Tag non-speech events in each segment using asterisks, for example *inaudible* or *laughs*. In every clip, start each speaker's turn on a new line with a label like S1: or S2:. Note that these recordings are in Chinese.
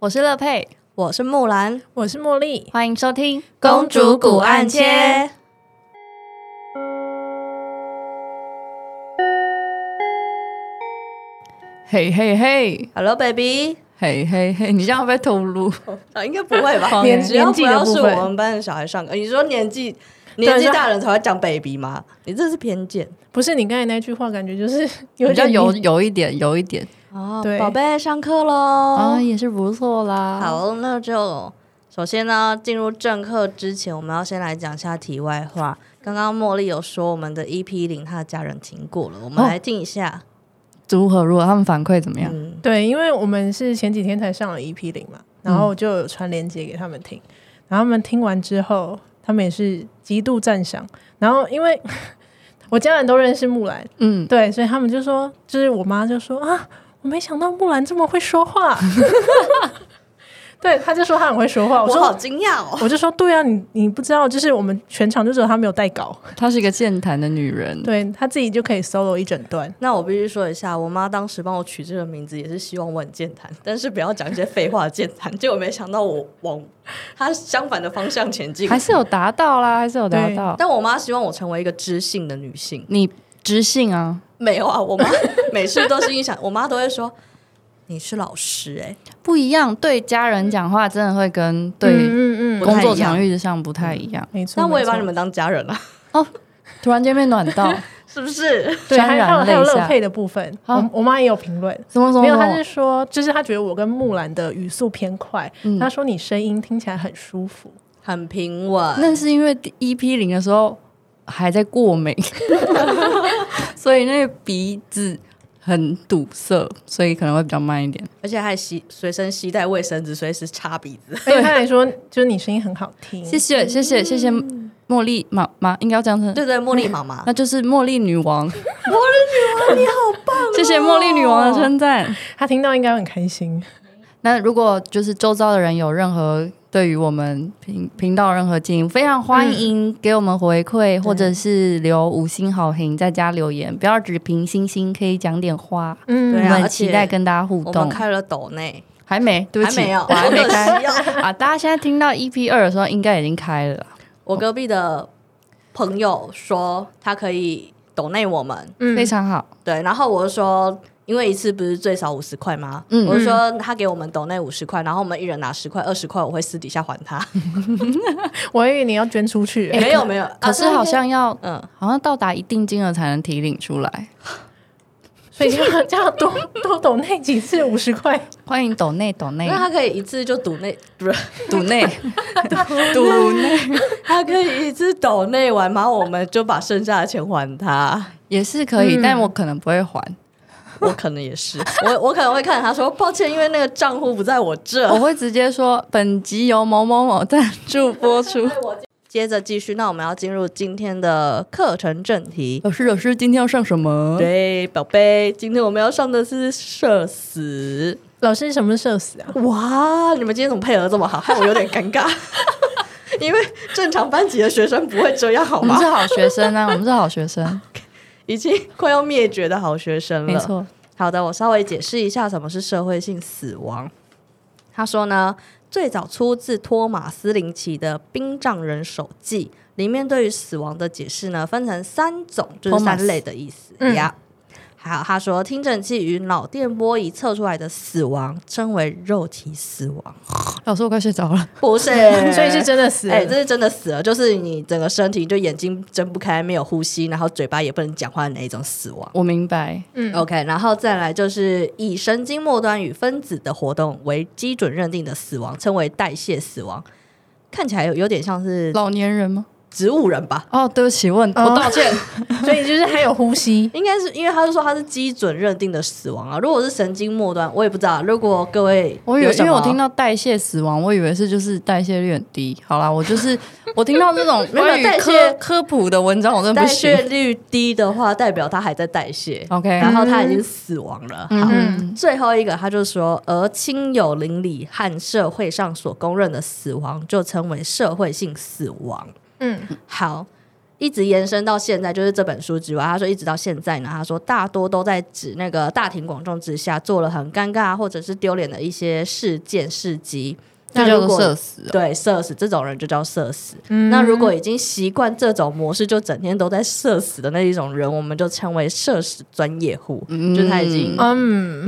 S1: 我是乐佩，
S2: 我是木兰，
S3: 我是茉莉。
S1: 欢迎收听《
S2: 公主谷暗切》。
S1: 嘿嘿嘿，
S2: Hello baby，
S1: 嘿嘿嘿，你这样会不会透露？
S2: 啊，应该不会吧？
S1: 好
S2: 年
S3: 年
S2: 只要
S3: 年
S2: 不
S3: 纪的
S2: 要是
S3: 部
S2: 我
S3: 分
S2: 们班的小孩上课，你说年纪年纪
S3: 就
S2: 大人才会讲 baby 吗？你这是偏见
S3: 不是你刚才那句话，感觉就是有
S1: *laughs* 比较
S3: 点
S1: 有有一点，有一点
S2: 哦
S3: 对哎
S2: 宝贝，上课
S1: 啊、
S2: 喽。
S1: 也是不错啦。，
S2: 哦好，那就首先呢，进入正课之前，我们要先来讲一下题外话。刚刚茉莉有说我们的 EP 零她的家人听过了，我们
S1: 哦
S2: 来听一下。
S1: 如何如何？他们反馈怎么样？
S2: 嗯，
S3: 对，因为我们是前几天才上了 EP 零
S1: 嗯
S3: 嘛，然后就有传链接给他们听，然后他们听完之后，他们也是极度赞赏。然后因为 *laughs* 我家人都认识木兰，
S1: 嗯，
S3: 对，所以他们就说，就是我妈就说啊，我没想到木兰这么会说话。 *laughs* 对，她就说她很会说话。我
S2: 我好
S3: 说，
S2: 惊讶哦。
S3: 我就说，对啊，你你不知道，就是我们全场就只有她没有带稿，
S1: 她是一个健谈的女人。
S3: 对她自己就可以 solo 一整段。
S2: 那我必须说一下，我妈当时帮我取这个名字也是希望我很健谈，但是不要讲一些废话的健谈。结果没想到我往她相反的方向前进
S1: 还。是有达到啦，还是有达
S3: 对
S1: 到。
S2: 但我妈希望我成为一个知性的女性，
S1: 你知性啊，
S2: 没有啊，我
S1: *laughs*
S2: 妈每次都是一想，我妈都会说你是老师哎、
S1: 不一样，对家人讲话真的会跟
S3: 嗯
S1: 对
S3: 嗯嗯，
S2: 不
S1: 工
S2: 太
S1: 作
S2: 一样
S1: 场域上不太一样。
S3: 没错。
S2: 那我也把
S3: 没错
S2: 你们当家人了、
S1: 突然间被暖到，
S2: 是不是？ *laughs*
S3: 对，
S1: 潸
S3: 还有还
S1: 然
S3: 有还
S1: 泪
S3: 有乐
S1: 下
S3: 佩的部分，
S1: 啊
S3: 我我妈也有评论。
S1: 什么什么
S3: 没有，
S1: 什
S3: 她
S1: 么
S3: 是说，就是她觉得我跟木兰的语速偏快，
S1: 嗯
S3: 她说你声音听起来很舒 *laughs* 服，
S2: 很平稳，
S1: 那是因为 EP 零的时候还在过敏， *laughs* 所以那个鼻子很堵塞，所以可能会比较慢一点。
S2: 而且还携随身携带卫生纸，随时擦鼻子。 *laughs*
S3: 而且她还说，就是你声音很好听，
S1: 谢谢谢谢谢谢茉莉妈妈，应该要这样称，
S2: 对对，茉莉妈妈，
S1: 那就是茉莉女王。茉莉女王，你好棒、谢哦谢茉莉女王的称赞。
S3: 她听到应该很开 *laughs* 心。
S1: 那如果就是周遭的人有任何对于我们频频道任何建议，非常欢迎给我们回馈，或者是留五星好评，在家留言，不要只凭星星，可以讲点话。
S3: 嗯，
S2: 对
S1: 我
S2: 啊
S1: 们
S2: 而
S1: 很
S2: 且
S1: 期待跟大家互
S2: 我们
S1: 动。
S2: 开了抖内，
S1: 还没，对不
S2: 还
S1: 起，
S2: 没有，
S1: 我
S2: *laughs*
S1: 还没
S2: 好可
S1: 开
S2: 惜哦
S1: 啊！大家现在听到 EP 二的时候，应该已经开了。
S2: 我隔壁的朋友说他可以抖内我们，
S3: 嗯
S1: 非常好，
S2: 对，然后我就说，因为一次不是最少五十块吗？
S1: 嗯
S2: 我就说他给我们抖内五十块，然后我们一人拿十块，二十块我会私底下还他。
S1: 嗯
S3: 我以为你要捐出去，
S2: *laughs*
S3: 欸
S2: 没有没有，
S1: *laughs* 可是
S2: 啊
S1: 好像要
S2: 嗯，
S1: 好像到达一定金额才能提领出来。
S3: 所以这样这样多多抖那几次五十块，
S1: 欢迎抖内抖内
S2: 那他可以一次就赌内， *laughs* 不是
S1: 赌
S2: *laughs*
S1: 内赌内，
S2: 他可以一次抖内完，然后我们就把剩下的钱还他。
S1: 也是可以，
S3: 嗯
S1: 但我可能不会还，
S2: 我可能也是，我我可能会看着他说抱歉，因为那个账户不在我这
S1: 我。会直接说本集由某某某赞助播出。
S2: 接着继续，那我们要进入今天的课程正
S1: *laughs*
S2: 题。
S1: 老师，老师，今天要上什么？
S2: 对，宝贝，今天我们要上的是社死。
S3: *laughs* 老师什么社死啊？
S2: 哇，你们今天怎么配合这么好，害我有点尴 *laughs* 尬。因为正常班级的学生不会嗯这样，好
S1: 我们
S2: 吗
S1: 是？好学生
S2: *laughs*
S1: 啊，我们是好学生，
S2: 已经快要灭绝的好学生了。
S1: 没。错。
S2: 好的，我稍微解释一下什么是社会性死亡。他说呢，最早出自托马斯林奇的《殡葬人手记》，里面对于死亡的解释呢，分成三种，就是三
S1: Thomas
S2: 类的意思
S3: 嗯，
S2: 呀。还有他说，听诊器与脑电波仪测出来的死亡称为肉体死亡，
S1: 老师，我快睡着了。
S2: 不 *laughs* 是
S3: 嗯所以是真的死了，
S2: 哎、这是真的死了，就是你整个身体就眼睛睁不开，没有呼吸，然后嘴巴也不能讲话的那一种死亡。
S1: 我明白，
S3: 嗯
S2: OK，然后再来就是以神经末端与分子的活动为基准认定的死亡，称为代谢死亡。看起来有有点像是
S1: 老年人吗？
S2: 植物人吧？
S1: 哦，对不起，问
S3: 哦
S1: 我道
S3: *laughs*
S1: 歉。
S3: 所以就是还有呼吸，
S2: 应该是因为他是说他是基准认定的死亡啊。如果是神经末端，我也不知道。啊如果各位
S1: 我以为
S2: 有
S1: 因
S2: 什
S1: 为我听
S2: 么
S1: 到代谢死亡，我以为是就是代谢率很低。好啦，我就是
S2: *laughs*
S1: 我听到这种
S2: 没有
S1: 关于
S2: 代
S1: 科
S2: 谢
S1: 科普的文章，我真的
S2: 代
S1: 不行
S2: 谢。率嗯低的话，代表他还在代谢
S1: OK，
S2: 然后他已经死亡了。好，
S1: 嗯
S2: 最后一个，他就说，而亲友邻里和社会上所公认的死亡，就称为社会性死亡。
S3: 嗯，
S2: 好，一直延伸到现在，就是这本书之外，他说一直到现在呢，他说大多都在指那个大庭广众之下做了很尴尬或者是丢脸的一些事件事迹。
S1: 这
S2: 那
S1: 叫
S2: 如
S1: 做
S2: 果
S1: 社死哦、
S2: 对社死这种人就叫社死。
S3: 嗯
S2: 那如果已经习惯这种模式，就整天都在社死的那一种人，我们就称为社死专业户，
S1: 嗯
S2: 就他已经
S3: 嗯，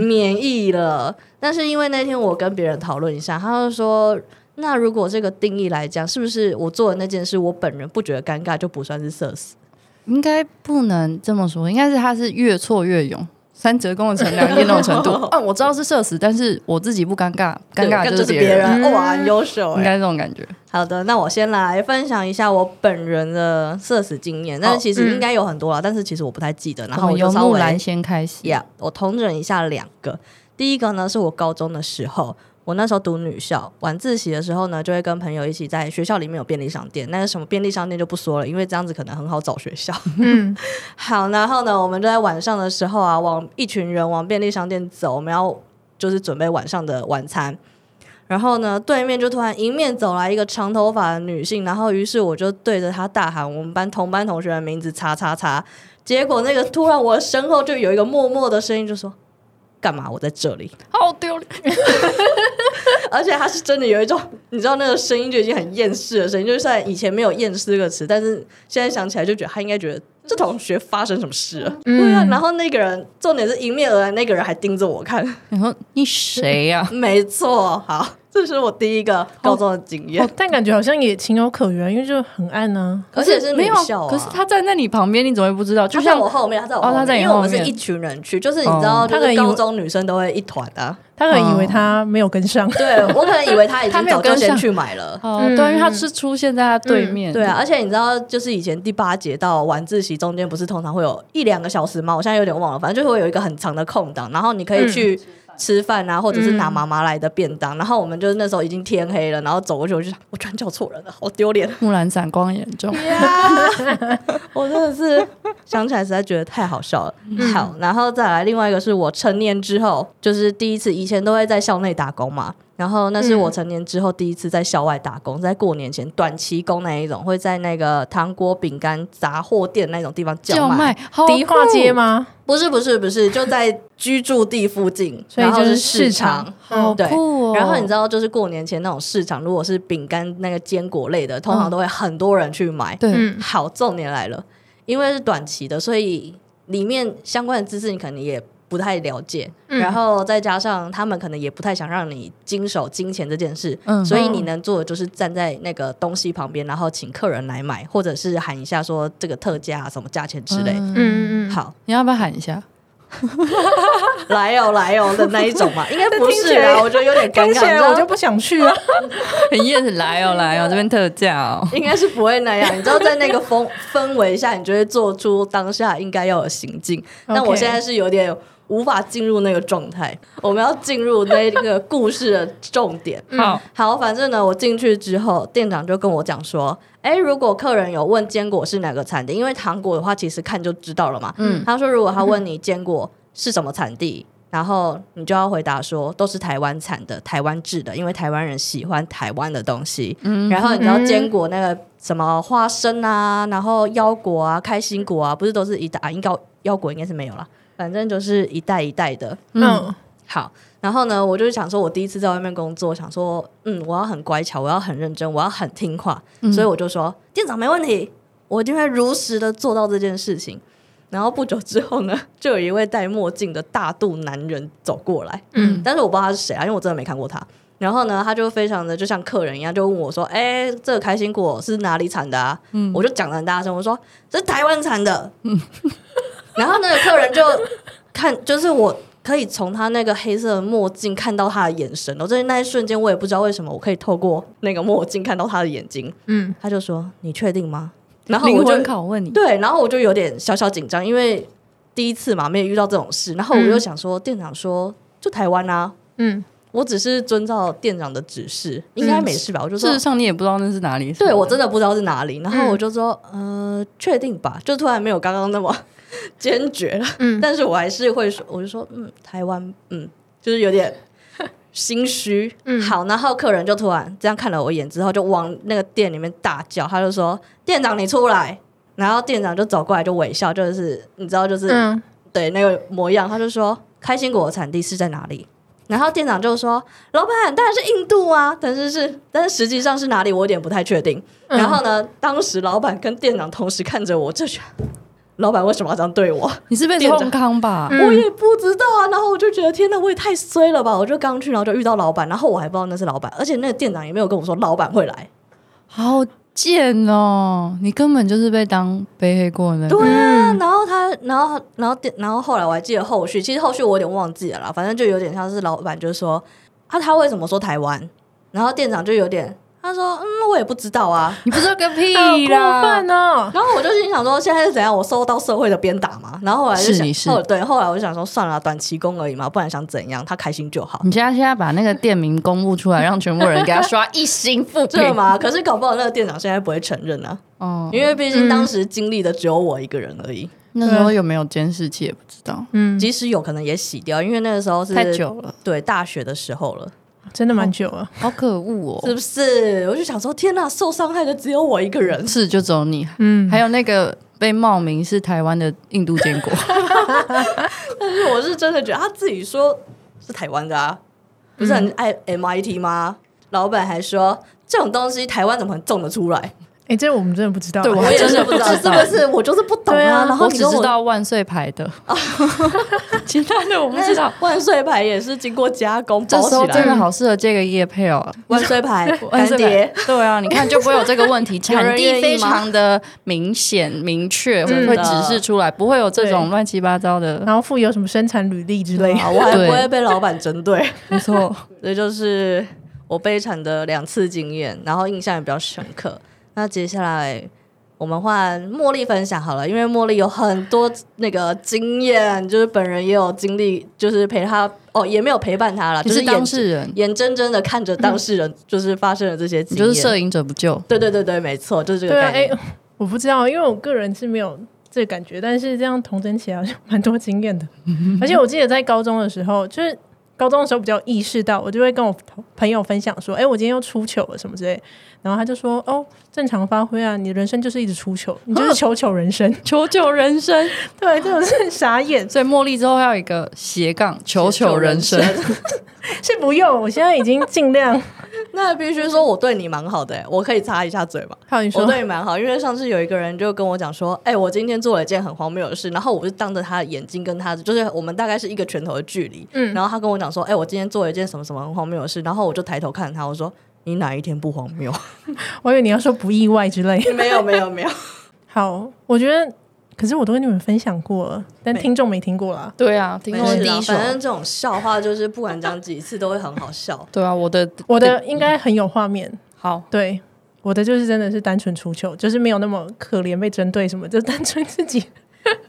S2: 免疫了。但是因为那天我跟别人讨论一下，他就说。那如果这个定义来讲，是不是我做的那件事，我本人不觉得尴尬，就不算是社死？
S1: 应该不能这么说，应该是他是越挫越勇，三折肱的乘凉一那种
S2: *laughs*
S1: 程度。啊，我知道是社死，但是我自己不尴尬，尴尬就
S2: 对就是是
S1: 别
S2: 别
S1: 人。
S2: 人，
S3: 嗯
S2: 哇，很优秀
S1: 应
S2: 哎、
S1: 该这种感觉，
S2: 好的，那我先来分享一下我本人的社死经验，但是其实应该有很多啦，但是其实我不太记得。然后
S1: 我
S2: 我
S1: 们
S2: 就
S1: 由嗯
S2: 稍
S1: 哦木
S2: 微
S1: 兰先开始。
S2: Yeah，我啊统整一下两个。第一个呢，是我高中的时候，我那时候读女校，晚自习的时候呢，就会跟朋友一起在学校里面有便利商店，那个什么便利商店就不说了，因为这样子可能很好找学校。
S3: 嗯，
S2: *laughs* 好，然后呢，我们就在晚上的时候啊，往一群人往便利商店走，我们要就是准备晚上的晚餐。然后呢，对面就突然迎面走来一个长头发的女性，然后于是我就对着她大喊我们班同班同学的名字，叉叉叉。结果那个突然我身后就有一个默默的声音就说：“干嘛？我在这里。” *laughs*
S1: 好丢脸！
S2: 而且他是真的有一种，你知道那个声音就已经很厌世的声音，就算以前没有“厌世”这个词，但是现在想起来就觉得他应该觉得这同学发生什么事了。
S3: 嗯
S2: 对啊，然后那个人重点是迎面而来那个人还盯着我看，
S1: 你说你谁啊呀、
S2: 没错，好，这是我第一个高中的经验，
S3: 哦，但感觉好像也情有可原，因为就很暗啊呢、
S2: *laughs* 而且是
S1: 没
S2: 女
S1: 有
S2: 校、啊，
S1: 可是他站在你旁边，你怎么会不知道？就
S2: 他
S1: 像
S2: 在我后面，他在我后
S1: 哦他在你
S2: 因为我们
S1: 后
S2: 是
S1: 面
S2: 一群人去，就是你知道，
S1: 哦
S2: 就
S3: 他可
S2: 是
S3: 以以为
S2: 高中女生都会一团啊。
S3: 他可能以为他没有跟上，
S2: 对我可能以为他已
S1: *laughs* 他
S2: 经
S1: 没有
S2: 早就
S1: 跟
S2: 先
S1: 上
S2: 去买了，
S1: 哦，
S3: 嗯
S1: 对，因为他是出现在他对面。
S2: 对啊，，而且你知道，就是以前第八节到晚自习中间，不是通常会有一两个小时吗？我现在有点忘了，反正就会有一个很长的空档，然后你可
S1: 嗯
S2: 以去吃饭啊，或者是拿妈妈来的便当。然后我们就是那时候已经天黑了，然后走过去，我就想，我居然叫错人了，好丢脸！
S1: 木兰散光严重。
S2: 我真的是想起来实在觉得太好笑了。
S3: 嗯
S2: 好，然后再来另外一个是我成年之后，就是第一次，以前都会在校内打工嘛。然后那是我成年之后第一次在校外打工，在过年前短期工那一种，会在那个糖果、饼干、杂货店那种地方叫
S1: 叫卖，好
S3: 迪化
S1: 酷
S3: 街？吗？
S2: 不是不是不是，就在居住地附近，
S3: 所以
S2: 然后
S3: 就是
S2: 是
S3: 市
S2: 场
S3: 场。
S1: 好
S3: 嗯
S2: 对
S1: 酷哦！
S2: 然后你知道，就是过年前那种市场，如果是饼干那个坚果类的，通常都会很多人去买。
S1: 对，
S3: 嗯
S2: 好，重点来了，因为是短期的，所以里面相关的知识你可能也不太了解，
S3: 嗯
S2: 然后再加上他们可能也不太想让你经手金钱这件事，
S1: 嗯
S2: 所以你能做的就是站在那个东西旁边，然后请客人来买，或者是喊一下说这个特价、啊什么价钱之类。
S1: 嗯
S3: 嗯嗯，
S2: 好，
S1: 你要不要喊一
S2: *laughs*
S1: 下？
S2: 来哦来哦的那一种嘛，应
S3: *laughs*
S2: 该不
S3: 听起
S2: 是
S3: 来
S2: 啊，我觉得有点尴
S3: 听起
S2: 尬，你
S3: 来
S2: 知道
S3: 我就不想去了。
S1: 很厌世，来哦来哦，这边特价哦。
S2: 应该是不会那样，你知道，在那个氛氛围下，你就会做出当下应该要有行径。但我现在是有点无法进入那个状态，我们要进入那个故事的重点。
S1: 好，
S2: 好，反正呢，我进去之后，店长就跟我讲说，哎，如果客人有问坚果是哪个产地，因为糖果的话其实看就知道了嘛。嗯，他说如果他问你坚果是什么产地， *laughs* 然后你就要回答说都是台湾产的，台湾制的，因为台湾人喜欢台湾的东西。嗯，然后你知道坚果那个什么花生啊，然后腰果啊、开心果啊，不是都是一大啊应该腰果应该是没有了，反正就是一袋一袋的。
S3: 嗯
S2: 好，然后呢，我就是想说，我第一次在外面工作，想说，嗯，我要很乖巧，我要很认真，我要很听话，所以我就说，店长没问题，我一定会如实的做到这件事情。然后不久之后呢，就有一位戴墨镜的大肚男人走过来，
S3: 嗯
S2: 但是我不知道他是谁啊，因为我真的没看过他。然后呢，他就非常的就像客人一样，就问我说：“哎、这个开心果是哪里产的啊？”
S1: 嗯
S2: 我就讲的很大声，我说：“这是台湾产的。” *laughs* 然后那个客人就看，就是我可以从他那个黑色的墨镜看到他的眼神，我在那一瞬间，我也不知道为什么，我可以透过那个墨镜看到他的眼睛。
S3: 嗯，
S2: 他就说：“你确定吗？”然后我
S1: 灵
S2: 就
S1: 魂拷问你，
S2: 对，然后我就有点小小紧张，因为第一次嘛，没有遇到这种事。然后我
S1: 嗯
S2: 就想说，店长说就台湾啊，
S3: 嗯，
S2: 我只是遵照店长的指示，应该没事吧？我就
S1: 事
S2: 说
S1: 实，上你也不知道嗯那是哪里。
S2: 对我真的不知道是哪里。然后
S3: 嗯
S2: 我就说，呃，确定吧？就突然没有刚刚那么 *laughs* 坚决了。
S3: 嗯
S2: *laughs* 但是我还是会说，我就说，嗯，台湾，嗯，就是有点心虚。
S3: *laughs* 嗯
S2: 好，然后客人就突然这样看了我一眼之后，就往那个店里面大叫，他就说：“店长，你出来！”然后店长就走过来就微笑，就是你知道就是、
S3: 嗯，
S2: 对那个模样，他就说开心果的产地是在哪里？然后店长就说：“老板，当然是印度啊，但是是，但是实际上是哪里，我有点不太确定。”
S3: 嗯
S2: 然后呢，当时老板跟店长同时看着我，这觉得老板为什么要这样对我？
S1: 你是被
S2: 店长
S1: 冲康吧？
S3: 嗯
S2: 我也不知道啊。然后我就觉得天哪，我也太衰了吧！我就刚去，然后就遇到老板，然后我还不知道那是老板，而且那个店长也没有跟我说老板会来。
S1: 好贱哦！你根本就是被当背黑锅的。
S2: 对啊，
S1: 嗯
S2: 然后他，然后，然后店，然后后来我还记得后续，其实后续我有点忘记了啦，反正就有点像是老板就说啊，他为什么说台湾？然后店长就有点他说嗯，我也不知道啊。
S1: 你不知道个屁
S3: 好过
S1: 啦！
S3: 分哦！
S2: 然后我就心想说，现在是怎样？我受到社会的鞭打嘛？然后后来就是想，
S1: 你是
S2: 后对，后来我就想说，算了，短期工而已嘛，不然想怎样？他开心就好。
S1: 你现在现在把那个店名公布出来，让全部人给他刷一星
S2: *laughs*
S1: 负
S2: 这个
S1: 评。
S2: 嘛，可是搞不好那个店长现在不会承认啊，
S1: 哦，
S2: 因为毕竟当时经历的只有我一个人而已。
S1: 那时候有没有监视器也不知道，
S3: 嗯，
S2: 即使有可能也洗掉，因为那个时候是
S1: 太久了，
S2: 对大学的时候了，
S3: 真的蛮久了。
S1: 好可恶哦！
S2: 是不是？我就想说，天哪，受伤害的只有我一个人。
S1: 是就只有你，
S3: 嗯，
S1: 还有那个被冒名是台湾的印度坚
S2: *laughs*
S1: 果，
S2: *laughs* 但是我是真的觉得他自己说是台湾的啊，不是很爱 MIT 吗？老板还说这种东西台湾怎么能种得出来？
S3: 哎，这我们真的不知道。
S1: 对我
S2: 我
S1: 还
S2: 也
S1: 真
S2: 是
S3: *laughs*
S1: 的
S2: 不知道
S1: 不
S2: 是
S1: 知
S2: 不
S1: 道
S2: 是，我就是不懂
S3: 对
S1: *laughs*
S3: 啊
S2: 然后
S1: 我
S2: 你
S1: 只
S2: 跟
S1: 知
S2: 我。哦
S1: 道万岁牌的，其他的我不知道
S2: 那。万岁牌也是经过加工
S1: 这
S2: 包
S1: 时
S2: 起
S1: 候真
S2: 来，
S1: 的好适合这个叶配哦，
S2: 万岁牌
S1: 万
S2: 干
S1: 岁
S2: 爹
S1: 牌。对啊，你看就不会有这个问题，
S2: *laughs* 有人
S1: 产地
S2: 愿意
S1: 非
S2: 吗嗯
S1: 常的明显明确，
S3: 真
S1: 会
S2: 的
S1: 指示出来，不会有这种
S3: 对
S1: 乱七八糟的。
S3: 然后附有什么生产履历之 *laughs* 类
S2: 对。啊，我还
S1: 对
S2: 不会被老板针对，
S1: 没错，
S2: 这就是我悲惨的两次经验，然后印象也比较深刻。那接下来我们换茉莉分享好了，因为茉莉有很多那个经验，就是本人也有经历，就是陪她哦，也没有陪伴她了，
S1: 你
S2: 就是是
S1: 当
S2: 眼
S1: 事人，
S2: 眼睁睁的看着当事人就是发生了这些
S1: 你
S2: 经验，
S1: 就是摄影者不救。
S2: 对对对对，没错，就是这个
S3: 对啊，
S2: 概
S3: 哎
S2: 念。，
S3: 我不知道，因为我个人是没有这个感觉，但是这样童真起来好像蛮多经 *laughs* 验的。而且我记得在高中的时候，就是高中的时候比较意识到，我就会跟我同朋友分享说：“哎、我今天又出糗了什么之类。”然后他就说：“哦，正常发挥啊，你的人生就是一直出糗，你就是球球人生。
S1: 求救人生，”
S3: *laughs* 对，这种是很傻眼，
S1: 所以茉莉之后要有一个斜杠求
S2: 求
S1: 求人
S2: 生 *laughs*
S1: 生，
S3: *laughs* 是不用。我现在已经尽量，
S2: 那必须说我对你蛮好的、哎我可以擦一下嘴吗？
S3: *laughs* 好，你
S2: 我
S3: 说
S2: 哦对你蛮好，因为上次有一个人就跟我讲说，哎、我今天做了一件很荒谬的事，然后我就当着他的眼睛跟他，就是我们大概是一个拳头的距离，
S3: 嗯
S2: 然后他跟我讲说，哎、我今天做了一件什么什么很荒谬的事，然后我就抬头看他，我说你哪一天不荒谬？
S3: 我以为你要说不意外之类。
S2: 没有没有 *laughs* 没有，
S3: 好，我觉得，可是我都跟你们分享过了，但
S2: 没
S3: 听众没听过啦。
S1: 对啊，听
S2: 没
S1: 说
S2: 事
S1: 第
S2: 啦
S1: 一首。
S2: 反，正这种笑话就是不管讲几次都会很好笑
S1: 对啊，我的
S3: 我的应该很有画面，
S1: 好，
S3: 对，我的就是真的是单纯出糗，就是没有那么可怜被针对什么，就单纯
S2: *laughs*
S3: 自己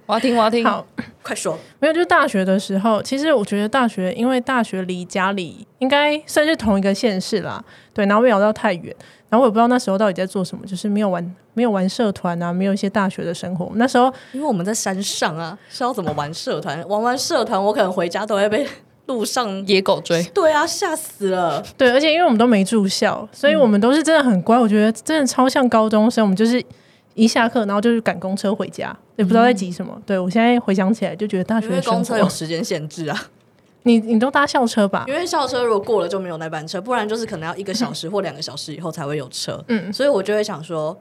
S1: 我要听，我要听，
S3: 好。
S2: 快说，
S3: 没有，就是大学的时候，其实我觉得大学，因为大学离家里应该算是同一个县市啦，对，然后没有到太远，然后我也不知道那时候到底在做什么，就是没有玩，没有玩社团啊，没有一些大学的生活。那时候
S2: 因为我们在山上啊，是要怎么玩社团？玩完社团，我可能回家都会被路上，
S1: 野狗追，
S2: 对啊，吓死了。
S3: 对，而且因为我们都没住校，所以我们都是真的很乖。我觉得真的超像高中生，我们就是一下课，然后就是赶公车回家，也不知道在急什么。对我现在回想起来，就觉得大学
S2: 因
S3: 的
S2: 为
S3: 生
S2: 公
S3: 活
S2: 车有时间限制啊，
S3: 你你都搭校车吧？
S2: 因为校车如果过了就没有那班车，不然就是可能要一个小时或两个小时以后才会有车。
S3: 嗯
S2: 所以我就会想说，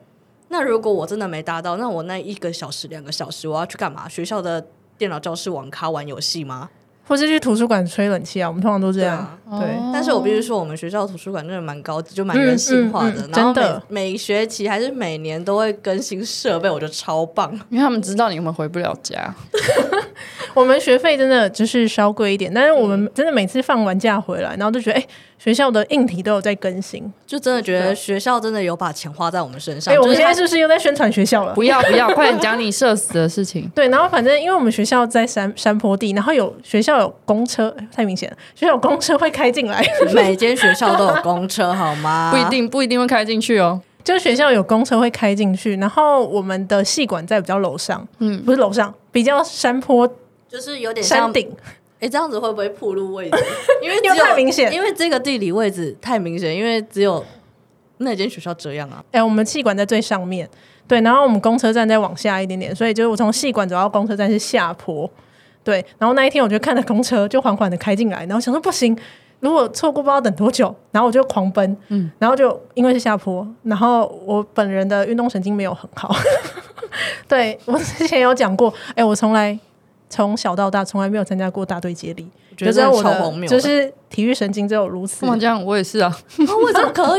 S2: 那如果我真的没搭到，那我那一个小时、两个小时我要去干嘛？学校的电脑教室网咖玩游戏吗？
S3: 或是去图书馆吹冷气啊，我们通常都这样。
S2: 啊。
S3: 对
S1: 哦
S2: 但是我必须说，我们学校图书馆真的蛮高级，就蛮人性化的。
S3: 嗯嗯嗯
S2: 然后
S3: 真的
S2: 每每学期还是每年都会更新设备，我觉得超棒。
S1: 因为他们知道你们回不了家，
S3: 我们学费真的就是稍贵一点，但是我
S2: 嗯
S3: 们真的每次放完假回来，然后就觉得哎、学校的硬体都有在更新。
S2: 就真的觉得学校真的有把钱花在我们身上。
S3: 哎、我
S2: 就
S3: 们
S2: 是
S3: 现
S2: 它
S3: 在是不是又在宣传学校了？
S1: 不要不要，快点讲你社死的事情。
S3: 对，然后反正因为我们学校在山山坡地，然后有学校有公车，哎太明显了，学校有公车会开进来， *laughs*
S2: 每间学校都有公车，好吗？
S1: 不一定不一定会开进去哦，
S3: 就是学校有公车会开进去，然后我们的系馆在比较楼上，嗯，不是楼上，比较山坡
S2: 就是有点像
S3: 山顶，
S2: 哎、这样子会不会暴露位置？因为只
S3: 因为
S2: 有
S3: 太明显
S2: 因为这个地理位置太明显，因为只有那间学校这样啊。
S3: 哎、我们气管在最上面，对，然后我们公车站再往下一点点，所以就是我从细管走到公车站是下坡。对，然后那一天我就看着公车就缓缓的开进来，然后想说不行，如果错过不知道等多久，然后我就狂奔，嗯，然后就因为是下坡，然后我本人的运动神经没有很好， *laughs* 对我之前有讲过，哎、我从来从小到大从来没有参加过大队接力，
S2: 觉得
S3: 就知道我
S2: 真的超荒
S3: 的
S2: 谬
S3: 就
S2: 的 *laughs*
S3: 是体育神经只有如此
S1: 干嘛这样？我也是啊，
S2: 啊，为什么可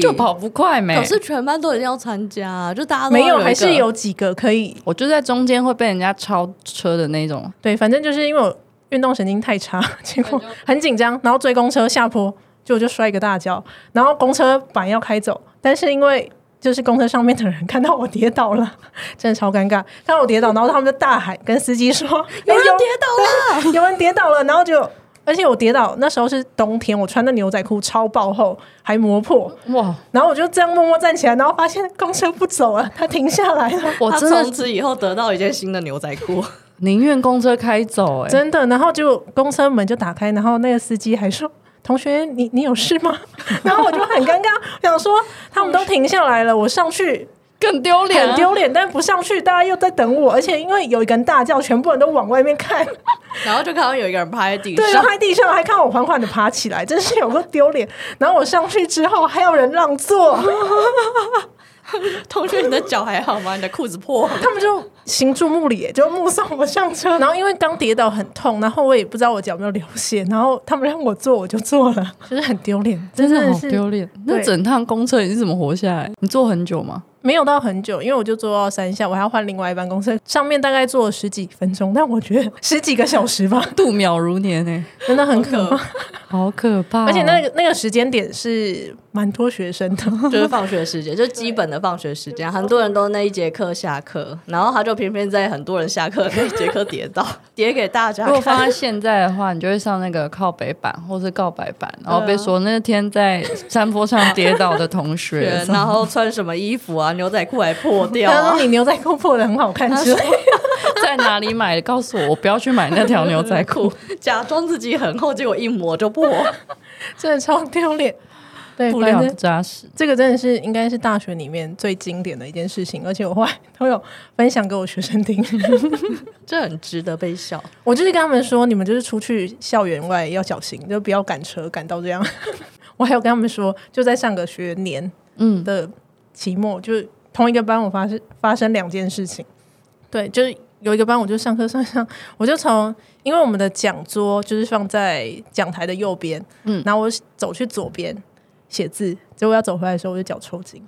S1: *laughs* 就跑不快没。
S2: 可是全班都一定要参加，啊就大家都
S3: 没
S2: 要
S3: 有，
S2: 有一
S3: 还是
S2: 个
S3: 有几个可以
S1: 我就在中间会被人家超车的那种，
S3: 对，反正就是因为我运动神经太差，结果很紧张，然后追公车下坡，就我就摔一个大跤，然后公车板要开走，但是因为就是公车上面的人 *laughs* 看到我跌倒了，真的超尴尬，看到我跌倒，然后他们就大喊跟司机说
S2: *laughs* 有人
S3: 哎
S2: 跌倒啊了，
S3: 有有人跌倒了，然后就。而且我跌倒那时候是冬天，我穿的牛仔裤超爆厚，还磨
S2: 嗯
S3: 破，
S1: 哇！
S3: 然后我就这样默默站起来，然后发现公车不走了，它停下来了。
S1: 我
S2: 他
S1: 真
S2: 从
S1: 的
S2: 此以后得到一件新的牛仔裤，
S1: 宁愿公车开走哎、
S3: 真的。然后就公车门就打开，然后那个司机还说：“同学，你你有事吗？” *laughs* 然后我就很尴尬，想说他们都停下来了，我上去
S1: 更丢脸、
S3: 很丢脸，但不上去，大家又在等我，而且因为有一个人大叫，全部人都往外面看，
S2: 然后就看到有一个人趴在地
S3: 对，然
S2: 上
S3: 后，在地上还看我缓缓的爬起来，真是有个丢脸。然后我上去之后，还有人让座， *laughs*
S2: 同学你的脚还好吗？你的裤子破了。
S3: 他们就行注目礼，就目送我上车。然后因为刚跌倒很痛，然后我也不知道我脚有没有流血，然后他们让我坐，我就坐了， *laughs* 就是很丢脸，
S1: 真的好
S3: 是
S1: 丢脸。那
S3: 对
S1: 整趟公车你是怎么活下来？你坐很久吗？
S3: 没有到很久，因为我就坐到山下，我还要换另外一班公车，上面大概坐了十几分钟，但我觉得十几个小
S1: *laughs*
S3: 时吧，
S1: 度秒如年哎、
S3: 真的很可怕。
S1: 好可怕哦、
S3: 而且那个那个时间点是蛮多学生的， *laughs*
S1: 啊
S2: 就是放学时间，就基本的放学时间，很多人都那一节课下课，然后他就偏偏在很多人下课的那一节课跌倒， *laughs* 跌给大家
S1: 如果放
S2: 看。
S1: 在现在的话，你就会上那个靠北版或是告白版，然后被说那天在山坡上跌倒的同 *laughs* 学。
S2: 然后穿什么衣服啊？牛仔裤还破掉 *laughs*
S3: 然后
S2: 啊！
S3: 你牛仔裤破的很好看之类的，
S1: 在哪里买的？告诉我，我不要去买那条牛仔裤。 *laughs*
S2: 假装自己很厚，结果一磨就破。
S3: *laughs* 真的超丢脸。对，
S1: 布
S3: 反
S1: 料不
S3: 正
S1: 扎实，
S3: 这个真的是应该是大学里面最经典的一件事情，而且我后来都有分享给我学生听。
S2: *laughs* 这很值得被笑。
S3: 我就是跟他们说，你们就是出去校园外要小心，就不要赶车赶到这样。 *laughs* 我还有跟他们说，就在上个学年，嗯的期末，就是同一个班，我发生发生两件事情。对，就是有一个班，我就上课上上，我就从因为我们的讲桌就是放在讲台的右边，嗯，然后我走去左边写字，结果要走回来的时候，我就脚抽筋。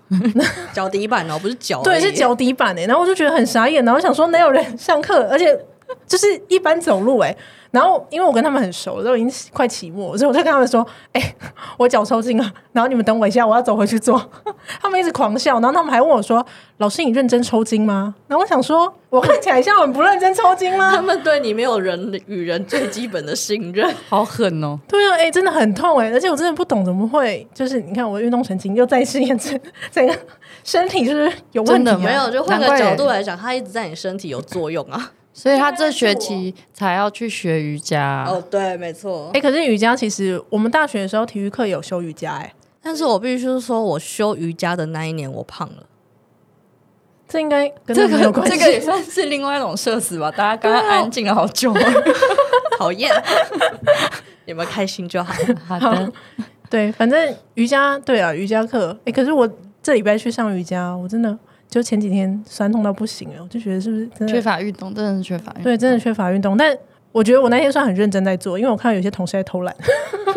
S2: 脚底板哦，不是脚而已，
S3: 对，是脚底板哎、然后我就觉得很傻眼，然后想说哪有人 *laughs* 上课，而且就是一般走路哎、然后因为我跟他们很熟，都已经快期末，所以我就跟他们说：“哎、 *laughs* 我脚抽筋了，然后你们等我一下，我要走回去做。” *laughs* 他们一直狂笑，然后他们还问我说：“老师，你认真抽筋吗？”然后我想说，我看起来像很不认真抽筋吗 *laughs*
S2: 他？们对你没有人与人最基本的信任。
S1: 好狠哦！
S3: 对啊，哎、真的很痛哎、而且我真的不懂怎么会，就是你看我的运动神经又再次验证， *laughs* 整个身体是不是有
S1: 真
S3: 问题
S1: 的
S3: 啊？
S1: 吗
S2: *laughs* 没有，就换个
S1: 难怪
S2: 角度来讲，它一直在你身体有作用啊。
S1: 所以他这学期才要去学瑜伽。
S2: *laughs* 哦，对，没错
S3: 哎、。可是瑜伽其实我们大学的时候体育课有修瑜伽、哎，
S2: 但是我必须说，我修瑜伽的那一年，我胖了。
S3: 这应该跟
S1: 这
S3: 他没有
S1: 个
S3: 关系。
S1: 这个也算是另外一种社死吧，大家刚刚安静了好久。
S2: *laughs*
S1: 啊
S2: 讨 *laughs* 厌，你们开心就好。
S1: *laughs* 好的，
S3: *laughs* 对，反正瑜伽对啊，瑜伽课。哎、可是我这礼拜去上瑜伽，我真的就前几天酸痛到不行了，我就觉得是不是真
S1: 缺
S3: 的
S1: 乏运动真的是缺乏运动。
S3: 对真的缺乏运动？但我觉得我那天算很认真在做，因为我看到有些同事在偷懒。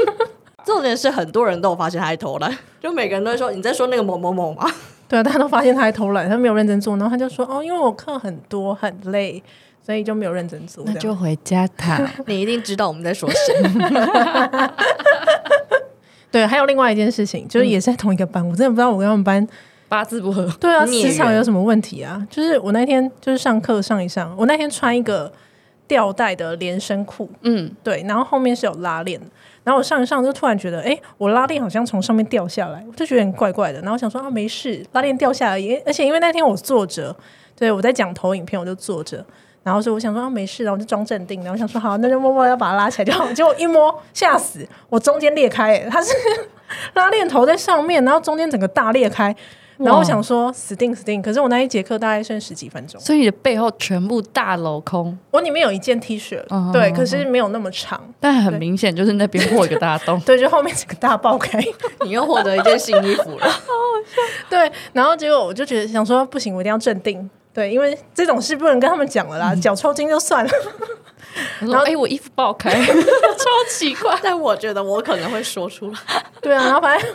S3: *laughs*
S2: 重点是很多人都有发现他在偷懒，就每个人都会说你在说那个某某某吗？
S3: 对啊，大家都发现他在偷懒，他没有认真做，然后他就说：“哦，因为我课很多很累，所以就没有认真做。”
S1: 那就回家躺。
S2: *laughs* 你一定知道我们在说谁。
S3: 对。还有另外一件事情，
S1: 嗯
S3: 就是也是在同一个班，我真的不知道我跟他们班
S1: *laughs* 八字不合，
S3: 对啊，
S2: 孽
S3: 磁场
S2: 缘
S3: 有什么问题啊？就是我那天就是上课上一上，我那天穿一个吊带的连身裤，
S1: 嗯，
S3: 对，然后后面是有拉链的，然后我上一上就突然觉得，哎、我拉链好像从上面掉下来，我就觉得很怪怪的，然后我想说啊，没事，拉链掉下来，也而且因为那天我坐着，对我在讲投影片，我就坐着。然后所以我想说啊没事，然后我就装镇定，然后想说好，那就默默要把它拉起来就好。结果一摸，吓 *laughs* 死！我中间裂开、欸它是拉链头在上面，然后中间整个大裂开，然后我想说死定死定，可是我那一节课大概剩十几分钟，
S1: 所以你的背后全部大镂空，
S3: 我里面有一件 T 恤，
S1: 嗯
S3: 对，
S1: 嗯
S3: 可是没有那么长，。
S1: 但很明显就是那边破一个大洞
S3: 对，就后面整个大爆开，
S2: 你又获得一件新衣服了。
S3: 对，然后结果我就觉得想说不行，我一定要镇定。对，因为这种事不能跟他们讲了啦，脚抽筋就算了。
S1: 然
S3: 然
S1: 后
S3: 后
S1: 哎、我衣服爆开， *laughs* 超奇怪。
S2: *laughs* 但我觉得我可能会说出来。
S3: *laughs* 对啊，然后反正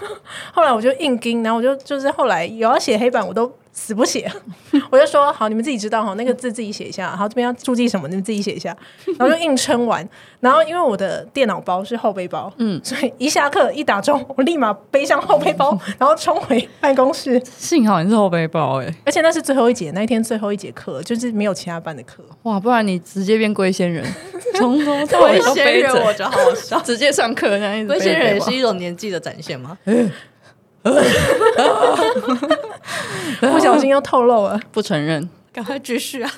S3: 后来我就硬盯，然后我就就是后来有要写黑板，我都死不写， *laughs* 我就说好，你们自己知道哈，那个字自己写一下，然后这边要注记什么，你们自己写一下，然后就硬撑完。然后因为我的电脑包是后背包，嗯，所以一下课一打钟，我立马背上后背包，然后冲回办公室。
S1: 幸好你是后背包哎、
S3: 而且那是最后一节，那一天最后一节课，就是没有其他班的
S1: *laughs*
S3: 课。
S1: 哇，不然你直接变龟仙人， *laughs* 从头到尾
S2: 龟
S1: 都
S2: 仙
S1: 背
S2: 人，
S1: 着，
S2: 我觉得好好笑。
S1: 直接上课那样子背
S2: 龟
S1: 着。
S2: 仙人也是一种年纪的展现吗？
S3: 不小心又透露了。
S1: 不承认，
S2: 赶快继续啊！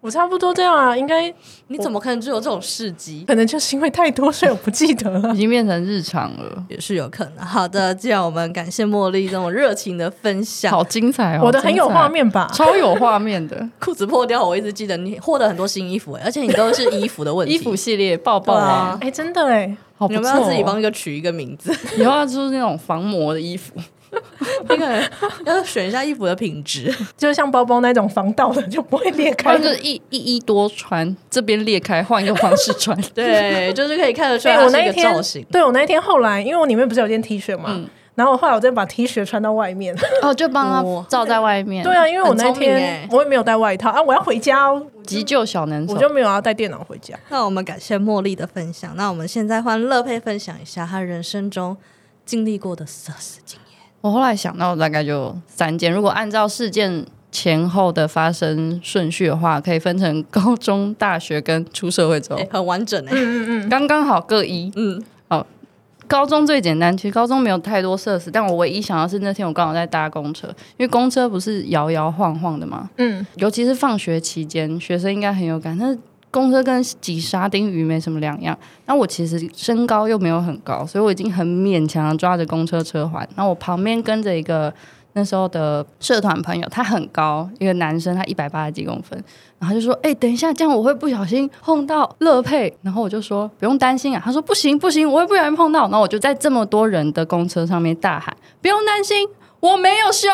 S3: 我差不多这样啊，应该
S2: *laughs* 你怎么可能只有这种事迹？
S3: 可能就是因为太多，所以我不记得了
S1: 已。经变成日常了，
S2: 也是有可能。好的，既然我们感谢茉莉这种热情的分享，
S1: 好精彩哦！
S3: 我的很有
S1: 精彩
S3: 画，面吧？
S1: 超有画面的
S2: 裤子破掉，我一直记得你获得很多新衣服、欸而且你都是 *laughs* 衣服的问
S1: *laughs*
S2: 题。
S1: 衣服系列抱抱
S2: 对啊
S1: 啊，
S3: 哎、真的哎、
S1: 好
S2: 你
S1: 不
S2: 要
S1: 错
S2: 不
S1: 哦。
S2: 要自己帮一个取一个名 *laughs* 字？
S1: 以后要出那种防磨的衣服， *laughs*
S2: 那个要选一下衣服的品 *laughs* 质。
S3: 就像包包那种防盗的就不会裂
S1: 不
S3: 开
S2: 哦
S1: 然。就是一一一多穿，这边裂开，换一个方式穿。
S2: 对，就是可以看得出
S3: 所以
S2: 来它
S3: 我
S2: 是
S3: 那
S2: 一
S3: 一
S2: 个
S3: 天
S2: 造型，。嗯
S3: 对我那一天后来，因为我里面不是有件 T 恤嘛，然后我后来我再把 T 恤穿到
S2: *laughs*
S3: 外面。
S1: *laughs* 哦，就帮
S2: 哦
S1: 罩在外面
S3: 对，啊，因为我那一
S2: 很聪明
S3: 天
S2: 欸
S3: 我也没有带外套啊，我要回家哦，
S1: 急救小能手
S3: 我。就没有要带电脑回家。
S2: 那我们感谢茉莉的分享，那我们现在换乐佩分享一下她人生中经历过的色事经验。
S1: 我后来想到大概就三件，如果按照事件前后的发生顺序的话，可以分成高中、大学跟出社会之后
S2: 哎、，很完整哎、
S1: 刚刚好各一。
S2: 嗯，
S1: 高中最简单，其实高中没有太多设施，但我唯一想要是那天我刚好在搭公车，因为公车不是摇摇晃晃的嘛，
S3: 嗯，
S1: 尤其是放学期间，学生应该很有感。那公车跟挤沙丁鱼没什么两样。那我其实身高又没有很高，所以我已经很勉强地抓着公车车环。那我旁边跟着一个那时候的社团朋友，他很高，一个男生，他一百八十几公分，然后他就说：“哎、等一下，这样我会不小心碰到乐佩。”然后我就说：“不用担心啊。”他说：“不行不行，我会不小心碰到。”然后我就在这么多人的公车上面大喊：“不用担心，我没有凶。”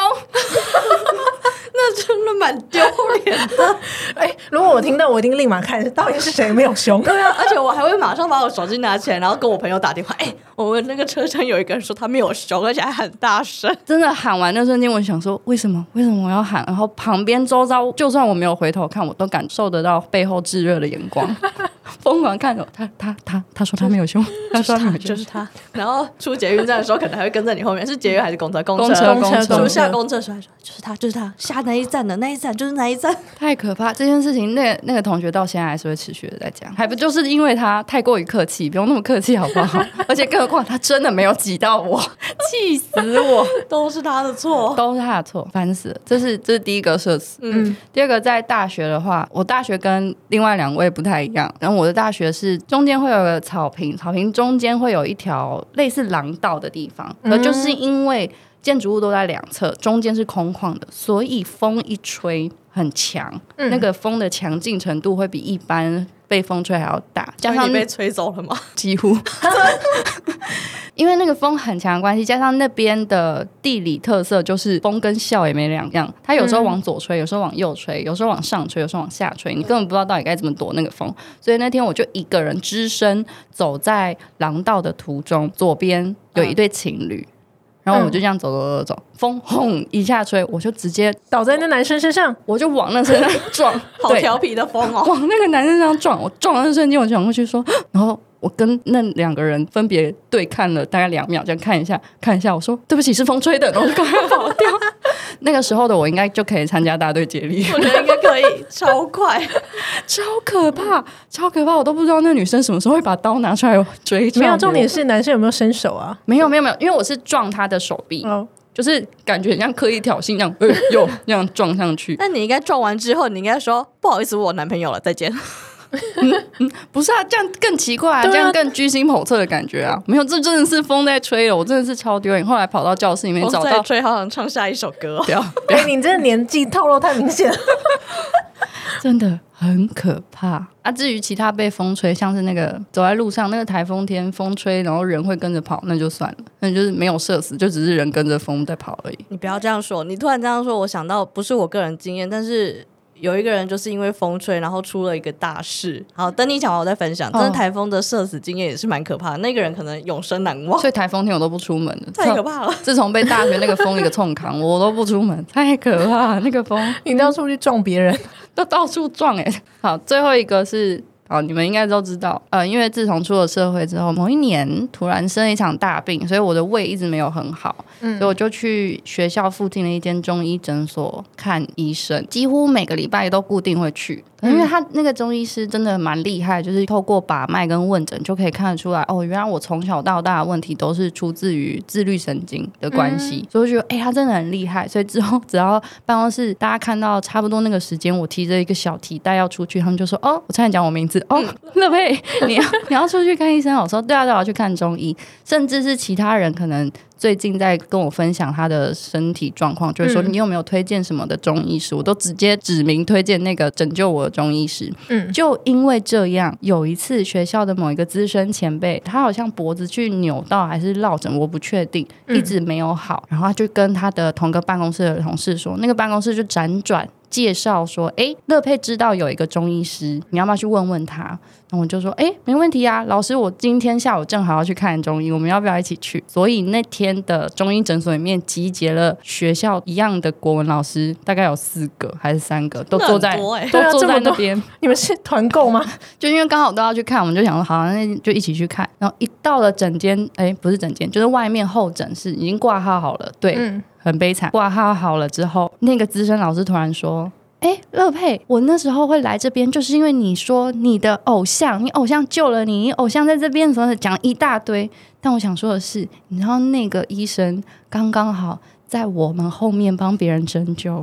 S2: 那真的蛮丢脸的。
S3: 哎、如果我听到，我一定立马看到底是谁没有
S2: *laughs*
S3: 胸。
S2: 对啊，而且我还会马上把我手机拿起来，然后跟我朋友打电 *laughs* 话。哎、我们那个车厢有一个人说他没有熊，而且还很大声。
S1: 真的喊完那瞬间，我想说，为什么？为什么我要喊？然后旁边周遭，就算我没有回头看，我都感受得到背后炙热的眼光，疯狂看着他，他，他，他说他没有胸，他说他没有
S2: *laughs* 就
S1: 胸，
S2: 是他，然后出捷运站的时候，可能还会跟在你后面，是捷运还是公车？公
S1: 公
S2: 车
S1: 车，公
S3: 公车
S2: 出
S1: 车，
S2: 下公车的时候还说，就是他，就是他，下那一站的那一站就是那一站。
S1: 太可怕！这件事情，那那个同学到现在还是会持续的在讲，还不就是因为他太过于客气，不用那么客气好不好？ *laughs* 而且更何况他真的没有挤到我， *laughs* 气死我！
S2: 都是他的 *laughs* 错。
S1: 都是他的错，烦死了。这是这是第一个社死。嗯，第二个在大学的话，我大学跟另外两位不太一样。然后我的大学是中间会有个草坪，草坪中间会有一条类似廊道的地方，而就是因为建筑物都在两侧，中间是空旷的，所以风一吹很强，那个风的强劲程度会比一般被风吹还要大，加
S2: 所以
S1: 上
S2: 你被吹走了吗？，
S1: 几乎。 *laughs* 因为那个风很强的关系，加上那边的地理特色，就是风跟笑也没两样。它有时候往左吹，有时候往右吹，有时候往上吹，有时候往下吹，你根本不知道到底该怎么躲那个风。所以那天我就一个人只身走在廊道的途中，左边有一对情侣，然后我就这样走走走走走，风轰一下吹，我就直接
S3: 倒在那男生身上，
S1: 我就往那身上撞
S2: 好
S1: 对
S2: 调皮的风
S1: *laughs*
S2: 哦！
S1: 往那个男生身上撞，我撞的那瞬间我就转过去说， *gasps* 然后我跟那两个人分别对看了大概两秒，这样看一下看一下，我说对不起是风吹的，然后我就赶快跑掉。 *laughs* 那个时候的我应该就可以参加大队接 *laughs* 力，
S2: 我觉得应该可以，超快。 *laughs*
S1: 超可怕，超可怕，我都不知道那女生什么时候会把刀拿出来追撞我。
S3: 没有重点是男生有没有伸手啊？
S1: 没有没有没有，因为我是撞她的手
S2: 嗯
S1: 臂，
S3: 哦，
S1: 就是感觉很像刻意挑衅那样，呃哎呦，这样撞上去。
S2: 那你应该撞完之后，你应该说不好意思，我有男朋友了，再见。
S1: 不是啊，这样更奇怪、啊，
S3: 对啊
S1: 这样更居心叵测的感觉啊！没有，这真的是风在吹了，我真的是超丢脸。后来跑到教室里面
S2: 我
S1: 找
S2: 在
S1: 到，啊
S2: 吹，好想唱下一首歌、哦。
S1: 不要，
S3: 哎、你这个年纪透露太
S2: *laughs*
S3: 明显了。
S1: 真的很可怕啊！至于其他被风吹，像是那个走在路上那个台风天，风吹然后人会跟着跑，那就算了，那就是没有射死，就只是人跟着风在跑而已。
S2: 你不要这样说，你突然这样说，我想到不是我个人经验，但是有一个人就是因为风吹，然后出了一个大事。好，等你讲完我再分享。真的
S1: 哦
S2: 台风的社死经验也是蛮可怕的，那个人可能永生难
S1: *laughs*
S2: 忘，
S1: 所以台风天我都不出门了，
S2: 太可怕了。
S1: 自从被大学那个风一个冲扛，我都不出门，太可怕了。那个风
S3: 你到处去撞别人，
S1: 都到处撞哎、好，最后一个是，好，你们应该都知道，呃，因为自从出了社会之后，某一年突然生了一场大病，所以我的胃一直没有很好，
S3: 嗯
S1: 所以我就去学校附近的一间中医诊所看医生，几乎每个礼拜都固定会去。可是因为他那个中医师真的蛮厉害，就是透过把脉跟问诊就可以看得出来，哦，原来我从小到大的问题都是出自于自律神经的关系，所以我就觉得哎、他真的很厉害。所以之后 *laughs* 只要办公室大家看到差不多那个时间，我提着一个小提袋要出去，他们就说哦，我差点讲我名字哦， *laughs* 乐佩，你要 *laughs* 你要出去看医生哦，我说对啊对啊，我要去看中医，甚至是其他人可能最近在跟我分享他的身体状况，就是说
S3: 嗯
S1: 你有没有推荐什么的中医师，我都直接指名推荐那个拯救我的中医师。
S3: 嗯
S1: 就因为这样，有一次学校的某一个资深前辈，他好像脖子去扭到还是落枕，我不确定，
S3: 嗯
S1: 一直没有好。然后他就跟他的同个办公室的同事说，那个办公室就辗转。介绍说，诶，乐佩知道有一个中医师，你要不要去问问他？那我就说，诶，没问题啊，老师，我今天下午正好要去看中医，我们要不要一起去？所以那天的中医诊所里面集结了学校一样的国文老师，大概有四个还是三个，都坐在
S2: 那很多欸
S1: 都
S3: 对啊
S1: 坐
S3: 这么
S1: 在那
S3: 多
S1: 边。
S3: 你们是团
S2: *laughs*
S3: 购吗？
S1: 就因为刚好都要去看，我们就想说好，那就一起去看。然后一到了诊间，哎、不是诊间，就是外面候诊室已经挂号好了，对，
S3: 嗯，
S1: 很悲惨。挂号好了之后，那个资深老师突然说。哎，乐佩，我那时候会来这边，就是因为你说你的偶像，你偶像救了你，你偶像在这边什么的，讲一大堆。但我想说的是，你知道那个医生刚刚好在我们后面帮别人针灸，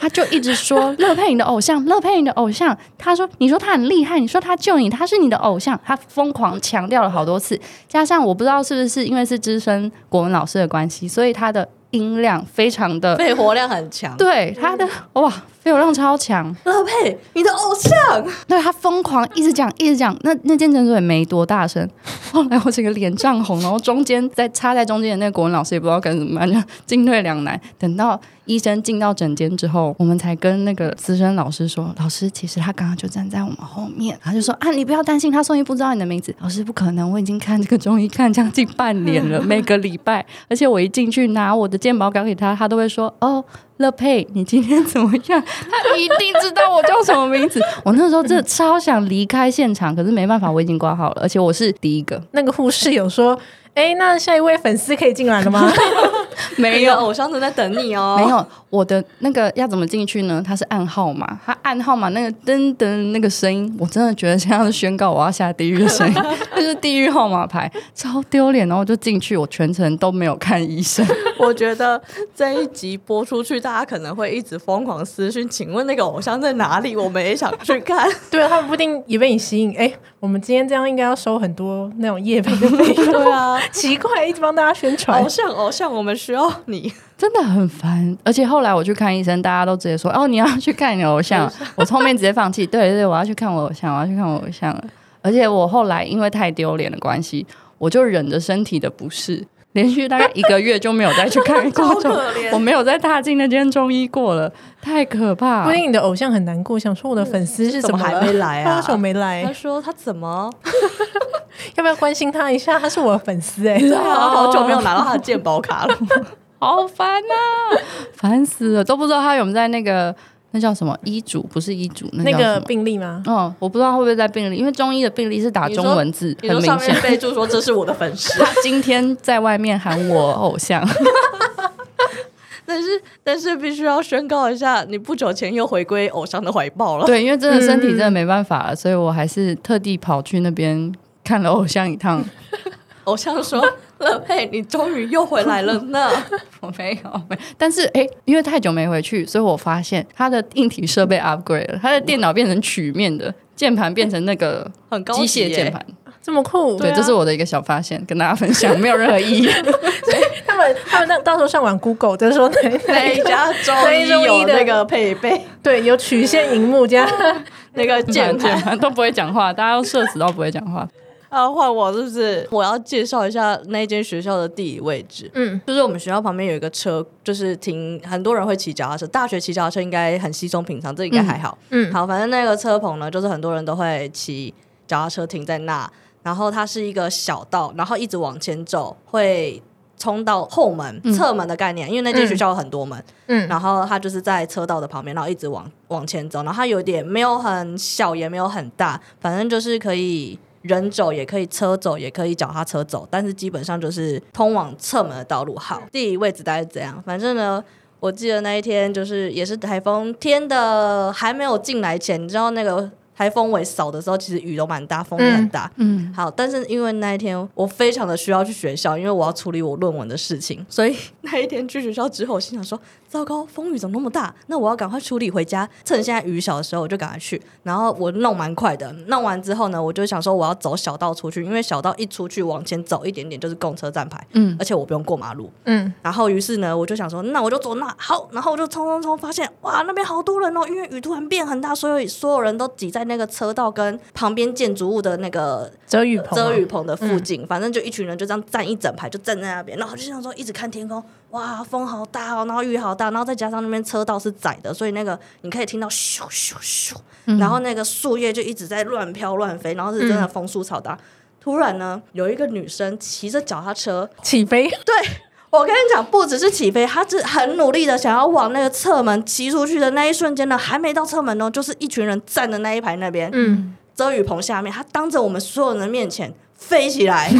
S1: 他就一直说乐佩你的偶像，乐佩你的偶像。他说，你说他很厉害，你说他救你，他是你的偶像，他疯狂强调了好多次。加上我不知道是不是因为是资深国文老师的关系，所以他的音量非常的。
S2: 肺活量很 *laughs* 强，
S1: 对他的哇，肺活量超强，
S2: 乐佩，你的偶像，
S1: 对他疯狂一直讲一直讲，那那间诊所也没多大声。 *laughs* 后来我整个脸涨红，然后中间在插在中间的那个国文老师也不知道该怎么办，就进退两难。等到医生进到诊间之后，我们才跟那个资深老师说：“老师，其实他刚刚就站在我们后面。”他就说：“啊，你不要担心，他送医不知道你的名字。”老师不可能，我已经看这个中医看将近半年了，每个礼拜，而且我一进去拿我的健保表给他，他都会说：“哦。”乐佩，你今天怎么样？他 *laughs* 一定知道我叫什么名字。我那时候真的超想离开现场，可是没办法，我已经挂号了，而且我是第一个，
S3: 那个护士有说，哎、那下一位粉丝可以进来了吗？
S1: 没
S2: 你的偶像正在等你哦。
S1: 没，有，我的那个要怎么进去呢？它是按号码，它按号码那个噔噔那个声音，我真的觉得像是宣告我要下地狱的声音， *laughs* 那是地狱号码牌，超丢脸。然后我就进去，我全程都没有看医生，
S2: 我觉得这一集播出去，大家可能会一直疯狂私讯，请问那个偶像在哪里？我们也想去看。
S3: 对啊，他们不一定也被你吸引。哎、我们今天这样应该要收很多那种夜配的费用。
S2: 对啊，
S3: 奇怪，一直帮大家宣
S2: *laughs*
S3: 传
S2: 偶，像偶像，我们需要你。
S1: 真的很烦。而且后来我去看医生，大家都直接说：“哦，你要去看你的偶
S2: *laughs*
S1: 像。”我后面直接放弃，对对，我要去看我偶像，我要去看我偶像了。而且我后来因为太丢脸的关系，我就忍着身体的不适，连续大概一个月就没有再去看
S2: *laughs*
S1: 过
S2: 超
S1: 中
S2: 可怜
S1: 我没有再踏进那间中医过了，太可
S2: 啊
S1: 怕
S3: 不一。定你的偶像很难过，想说我的粉丝是
S2: 怎么
S3: 么了
S2: 还没来啊
S3: 他为什么没来？
S2: 他说他怎么？
S3: 要不要关心他一下？他是我的粉丝哎、
S2: *laughs* *laughs* 对啊，好久没有拿到他的健保卡了。
S1: 好烦啊，烦死了，都不知道他有没有在那个那叫什么医嘱，不是医嘱，那
S3: 那
S1: 叫什
S3: 个
S1: 么？
S3: 病例吗？
S1: 嗯，我不知道会不会在病历，因为中医的病历是打
S2: 你说
S1: 中文字，
S2: 你
S1: 很
S2: 说上
S1: 明显
S2: 面。备注说这是我的粉丝，
S1: 他今天在外面喊我偶像，
S2: *laughs* 但是但是必须要宣告一下，你不久前又回归偶像的怀抱了。
S1: 对，因为真的身体真的没办法了，所以我还是特地跑去那边看了偶像一
S2: *laughs*
S1: 趟。
S2: *laughs* 偶像说：“乐佩，你终于又回来了 *laughs* 呢。
S1: 我没有，没，但是哎、诶因为太久没回去，所以我发现他的硬体设备 upgrade 了，他的电脑变成曲面的，键盘变成那个
S2: 很高
S1: 机
S2: 级
S1: 械
S2: 耶
S1: 键盘。
S3: 这么酷，
S1: 对，
S3: 啊
S1: 这是我的一个小发现，跟大家分享，没有任何意义。 *laughs*
S3: 他们他们那到时候上网 Google 就
S2: *laughs*
S3: 说哪
S2: 哪一家中
S3: 哪
S2: 医
S3: 一中医
S2: 有
S3: 的
S2: 那个配备，
S3: 对有曲线荧
S2: *laughs*
S3: 幕加
S2: 那个 *laughs* 键
S1: 键 *laughs* 嗯
S2: 盘？
S1: 盘都不会讲话，大家都社死到不会讲话。
S2: 啊，换我是不是？我要介绍一下那间学校的地理位置。
S3: 嗯，
S2: 就是我们学校旁边有一个车，就是停很多人会骑脚踏车。大学骑脚踏车应该很稀松平常，这应该还好。
S3: 嗯嗯
S2: 好，反正那个车棚呢，就是很多人都会骑脚踏车停在那，然后它是一个小道，然后一直往前走，会冲到后门、侧门的概念，因为那间学校有很多门。
S3: 嗯
S2: 然后它就是在车道的旁边，然后一直往往前走，然后它有点没有很小，也没有很大，反正就是可以人走，也可以车走，也可以脚踏车走，但是基本上就是通往侧门的道路。好，地理位置大概是怎样？反正呢。我记得那一天就是也是台风天的还没有进来前，你知道那个台风尾扫的时候，其实雨都蛮大，风也很大。
S1: 嗯，
S2: 好，但是因为那一天我非常的需要去学校，因为我要处理我论文的事情，所以那一天去学校之后，我心想说：糟糕，风雨怎么那么大？那我要赶快处理回家，趁现在雨小的时候我就赶快去。然后我弄蛮快的，弄完之后呢，我就想说我要走小道出去，因为小道一出去往前走一点点就是公车站牌，
S1: 嗯
S2: 而且我不用过马路。
S3: 嗯
S2: 然后于是呢，我就想说，那我就走那好，然后我就冲冲冲，发现哇，那边好多人哦，因为雨突然变很大，所以所有人都挤在那个车道跟旁边建筑物的那个
S3: 遮雨棚啊
S2: 遮雨棚的附近，反正就一群人就这样站一整排，就站在那边，然后就想说一直看天空，哇，风好大哦，然后雨好大，然后再加上那边车道是窄的，所以那个你可以听到咻咻咻，然后那个树叶就一直在乱飘乱飞，然后是真的风速超大。突然呢，有一个女生骑着脚踏车，
S3: 起飞，
S2: 我跟你讲，不只是起飞，她是很努力的想要往那个侧门骑出去的那一瞬间呢，还没到侧门呢，就是一群人站的那一排那边，
S3: 嗯，
S2: 遮雨棚下面，他当着我们所有人的面前飞起
S1: *laughs*
S2: 来，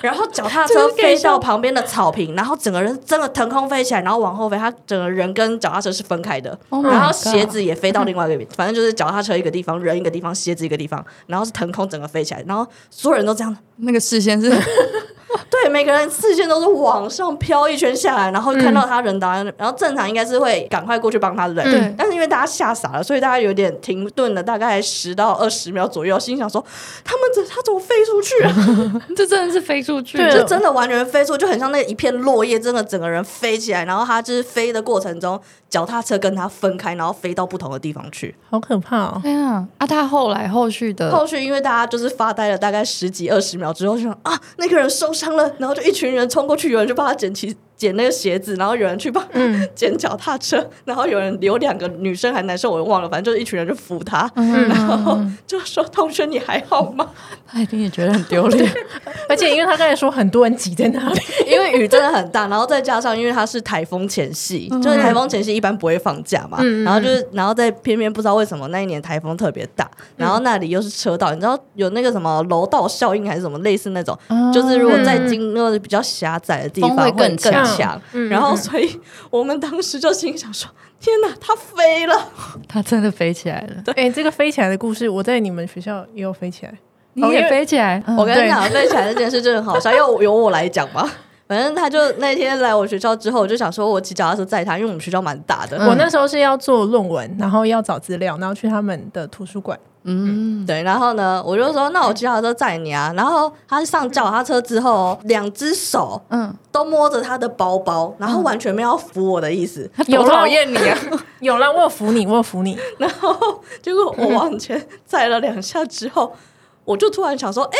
S2: 然后脚踏车飞到旁边的草坪，然后整个人真的腾空飞起来，然后往后飞，他整个人跟脚踏车是分开的
S1: Oh my
S2: 然后
S1: God
S2: 鞋子也飞到另外一个，反正就是脚踏车一个地方，人一个地方，鞋子一个地方，然后是腾空整个飞起来，然后所有人都这样，
S1: 那个视线是 *laughs*
S2: 对，每个人视线都是往上飘一圈下来，然后看到他人倒在那，然后正常应该是会赶快过去帮他，对不对？
S1: 对
S2: 但是因为大家吓傻了，所以大家有点停顿了，大概十到二十秒左右，心想说他们怎他怎么飞出去啊？ *laughs*
S1: 这真的是飞出去，
S3: 对
S2: 就真的完全飞出，就很像那一片落叶，真的整个人飞起来，然后他就是飞的过程中，脚踏车跟他分开，然后飞到不同的地方去。
S3: 好可怕哦！
S1: 天啊！啊，他后来后续的
S2: 后续因为大家就是发呆了大概十几二十秒之后，就想啊，那个人受伤了，然后就一群人冲过去，有人就帮他捡起捡那个鞋子，然后有人去帮
S3: 嗯
S2: *laughs* 捡脚踏车，然后有人有两个女生还男生，我忘了，反正就是一群人就扶他，
S1: 嗯
S2: 然后就说同学你还好吗？
S1: 他一定也觉得很丢脸。
S3: 而且因为他刚才说很多人挤在
S2: *laughs*
S3: 那里，
S2: 因为雨真的很大，然后再加上因为它是台风前夕，就是台风前夕一般不会放假嘛，
S3: 嗯嗯嗯嗯
S2: 然后就是然后再偏偏不知道为什么那一年台风特别大，
S3: 嗯
S2: 然后那里又是车道，你知道有那个什么楼道效应还是什么类似那种，
S3: 哦
S2: 就是如果在经那个比较狭窄的地方
S1: 风会
S2: 会
S1: 更
S2: 更
S1: 强
S2: 强，
S3: 嗯嗯
S2: 然后
S3: 嗯
S2: 所以我们当时就心想说：天哪，它飞
S3: *laughs*
S2: 了！
S1: 他真的飞起来了，
S3: 哎，这个飞起来的故事，我在你们学校也有飞起来，
S1: 你
S3: 因
S1: 也
S3: 为
S1: 飞起来，嗯
S2: 我跟你讲，飞起来这件事真的很好笑，要由我来讲吧。反正他就那天来我学校之后，我就想说，我骑脚踏车载他，因为我们学校蛮大的，
S3: 我那时候是要做论文，然后要找资料，然后去他们的图书馆。
S1: 嗯，
S2: 对，然后呢，我就说那我骑脚踏车载你啊。然后他上脚踏车之后哦，两只手
S1: 嗯，
S2: 都摸着他的包包，然后完全没有要扶我的意思。
S1: 他
S3: 有
S1: 多
S3: 啦
S1: 讨厌你啊！
S3: 有啦，我有扶你，我有扶你。
S2: 然后结果我往前载了两下之后，我就突然想说，哎，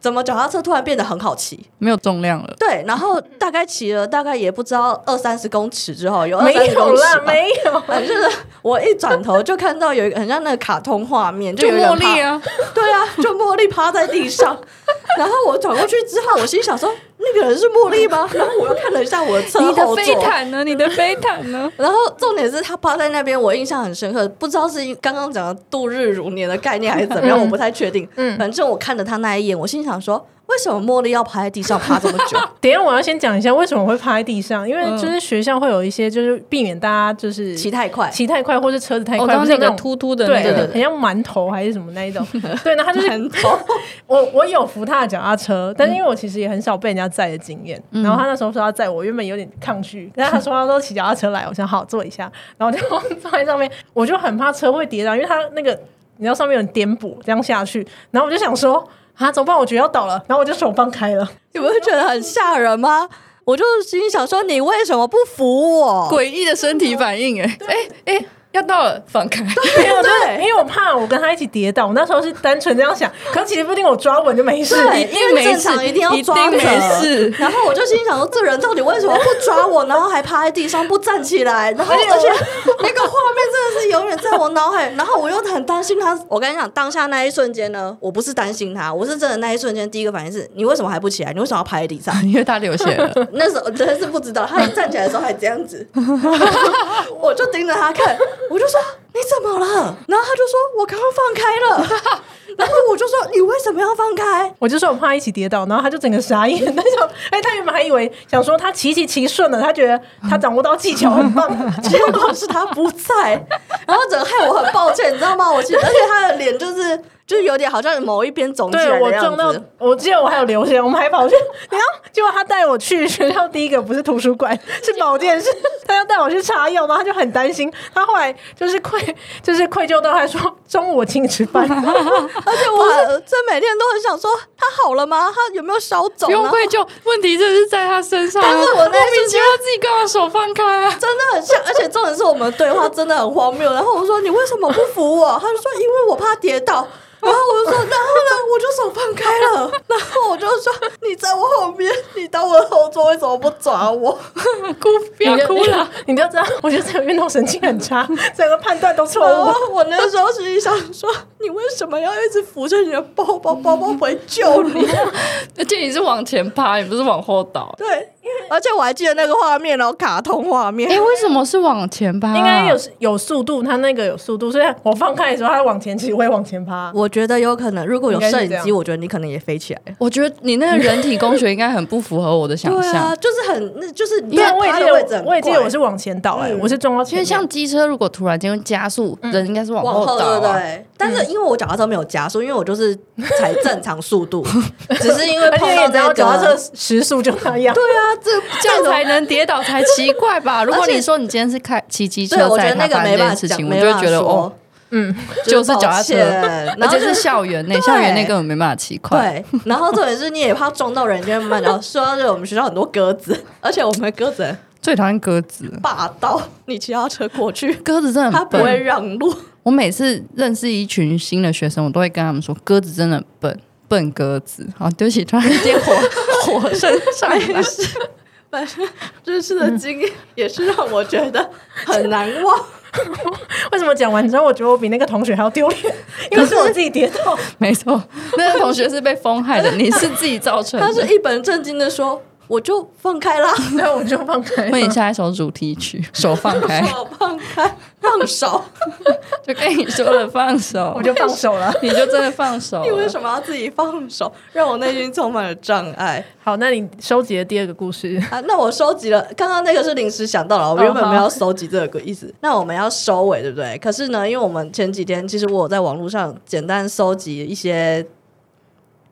S2: 怎么脚踏车突然变得很好骑？
S1: *laughs* 没有重量了，
S2: 对，然后大概骑了大概也不知道二三十公尺之后，有二
S3: 没
S2: 三十
S3: 有
S2: 公尺
S3: 啦，
S2: 吧。
S3: 没有。
S2: 反
S3: *laughs*
S2: 正我一转头就看到有一个很像那个卡通画面，
S1: 就
S2: 有一个
S1: 茉
S2: 人趴
S1: 莉啊，
S2: 对啊，就茉莉趴在地 *laughs* 上，然后我转过去之后，我心想说那个人是茉莉吗？ *laughs* 然后我又看了一下我的车
S1: *laughs* 你的
S2: 后
S1: 飞
S2: 座。
S1: 毯呢？你的飞毯 *laughs* 呢？
S2: 然后重点是他趴在那边，我印象很深刻，不知道是因刚刚讲的度日如年的概念还是怎么样，我不太确定。
S3: 嗯
S2: 反正我看了他那一眼，我心想说，为什么茉莉要趴在地上趴这么久？
S3: 等一下我要先讲一下为什么我会趴在地上，因为就是学校会有一些就是避免大家就是
S2: 骑太快，
S3: 骑太快或是车子太
S1: 我
S3: 快，不
S1: 刚
S3: 是有
S1: 那
S3: 哦那
S1: 个
S3: 种
S1: 突突的
S3: 对
S1: 那
S2: 对
S1: 个，
S2: 对
S3: 很像馒头还是什么那一 *laughs* 种。对，然后他就是
S2: 很 *laughs* 痛。
S3: 我我有扶他的脚踏车，但是因为我其实也很少被人家载的经验，然后他那时候说要载我，我原本有点抗拒，但是他说他都骑脚踏车来，我想好坐一下，然后我就坐在上面，我就很怕车会跌倒，因为他那个你知道上面有颠簸，这样下去，然后我就想说啊，怎么办？我觉得要倒了，然后我就手放开了，
S2: 你不会觉得很吓人吗？我就心想说，你为什么不服我？
S1: 诡异的身体反应、哎哎哎，要到了，放开。
S3: 没有，就是因为我怕我跟他一起跌倒，我那时候是单纯这样想，可是其实不一定我抓稳就没事。
S2: 对，
S1: 因为
S2: 因为
S1: 没
S2: 正常
S1: 事
S2: 一定要
S1: 一
S2: 抓
S1: 定
S2: 着
S1: 没事
S2: 然后我就心想说，这人到底为什么不抓我，然后还趴在地上不站起来？然后而且那个画面真的是永远在我脑海，然后我又很担心他。我跟你讲，当下那一瞬间呢，我不是担心他，我是真的那一瞬间第一个反应是你为什么还不起来？你为什么要趴在地上？
S1: *laughs* 因为他流血 *laughs* 了，
S2: 那时候真的是不知道，他一站起来的时候还这样子，我就盯着他看，我就说你怎么了？然后他就说我刚刚放开了，然后我就说你为什么要放开？
S3: 我就说我怕一起跌倒，然后他就整个傻眼，他想，哎、他原本还以为想说他骑骑骑顺了，他觉得他掌握到技巧
S2: *laughs*
S3: 很棒，
S2: 结果是他不在，然后整个害我很抱歉，你知道吗？我其实而且他的脸就是就是有点好像某一边肿起来
S3: 对我
S2: 的样
S3: 撞到
S2: 子。，
S3: 我记得我还有流血，我们还跑去，然后结果他带我去学校第一个不是图书馆，是保健室，他要带我去查药，然后他就很担心，他后来就是愧 *laughs* 就是愧疚到他说中午我请你吃饭，
S2: 而且我真每天都很想说他好了吗？他有没有消肿
S1: 不用
S2: 啊？
S1: 愧疚，问题就是在他身上啊。
S2: 但是我那一
S1: 莫名
S2: 瞬
S1: 其
S2: 间
S1: 妙自己干嘛手放开啊？
S2: 真的很像，而且重点是我们对话真的很荒谬。然后我说你为什么不扶我？他就说因为我怕跌倒。然后我就说，然后呢，我就手放开了。然后我就说你在我后面，你当我的后座，为什么不抓我？
S1: *laughs* 哭，不要
S3: 你就
S1: 哭
S2: *laughs*
S1: 了。，
S3: 你就你就知道，我觉得这个运动神经很差，整个判断都错
S2: 然
S3: 误
S2: 后。我那时候心里想说，你为什么要一直扶着你的包包？包包不会救你。
S1: 而且你是往前趴，你不是往后倒。
S2: 对，而且我还记得那个画面，然后卡通画面
S1: 哎、。为什么是往前趴、啊
S3: 应该有有速度，他那个有速度，所以我放开的时候，他往前骑，我也往前趴。
S2: 我觉得有可能，如果
S3: 有应该是摄影这样机
S2: 我觉得你可能也飞起来。
S1: 我觉得你那个人体工学应该很不符合我的想
S2: 对
S1: 象。
S2: 啊，就是很，那就是
S3: 因为我也
S2: 他
S3: 记
S2: 的位置
S3: 得
S2: 很
S3: 我，我也记得
S2: 怪
S3: 我是往前倒、哎、
S2: 嗯
S3: 我是撞到前
S1: 因为
S3: 面。
S1: 像机车，如果突然间加速，人应该是往
S2: 往
S1: 后
S2: 后
S1: 倒、
S2: 对
S1: 啊。
S2: 不对？但是因为我脚踏车没有加速，因为我就是踩正常速度，只是因为
S3: 而且
S2: 碰
S3: 你
S2: 到
S3: 也知道，
S2: 这
S3: 脚踏车
S2: 个。
S3: 时速就那样。
S2: 对啊，这
S1: 这样才能跌倒才奇怪
S2: *laughs*
S1: 吧？如果你说你今天是开骑机车
S2: 对，我觉
S1: 载
S2: 得
S1: 他
S2: 那
S1: 发生
S2: 个没
S1: 这件
S2: 办法
S1: 事
S2: 讲，
S1: 情，我
S2: 没
S1: 就
S2: 办
S1: 会
S2: 法
S1: 觉得
S2: 说
S1: 哦，，
S3: 嗯，
S1: 就是脚踏车
S2: 抱歉
S1: 而
S2: 然后
S1: 且
S2: 就是是。
S1: 校园内，
S2: 对
S1: 校园内根本没办法骑快。
S2: 对，然后重点是你也怕撞到人家嘛。然后说到这，我们学校很多鸽子， *laughs* 而且我们的鸽子很
S1: 最讨厌鸽子，
S2: 霸道，你骑到车过去，
S1: 鸽子真的
S2: 它
S1: 很
S2: 不会
S1: 笨。
S2: 让路。
S1: 我每次认识一群新的学生，我都会跟他们说，鸽子真的很笨，笨鸽子。好，对不起，突然间
S2: *laughs*
S1: 火火升上来。
S2: 反正这次的经验也是让我觉得很难忘。
S3: 为什么讲完之后，我觉得我比那个同学还要丢脸？因为是我自己跌倒，
S1: 没错，那个同学是被风害的，你是自己造成
S2: 他是
S1: 的。
S2: 一本正经的说：“我就放开啦，
S3: 然后我就放开了
S1: 问。你下一首主题曲，手放开，
S2: 手放开，放手。
S1: 就跟你说了放手
S3: 我，就放手了。
S1: 你就真的放手了。
S2: 你为什么要自己放手？让我内心充满了障碍
S3: 好，那你收集的第二个故事，
S2: 啊！那我收集了，刚刚那个是临时想到了，我原本没有收集这个意思。那我们要收尾，对不对？可是呢，因为我们前几天其实我有在网络上简单收集一些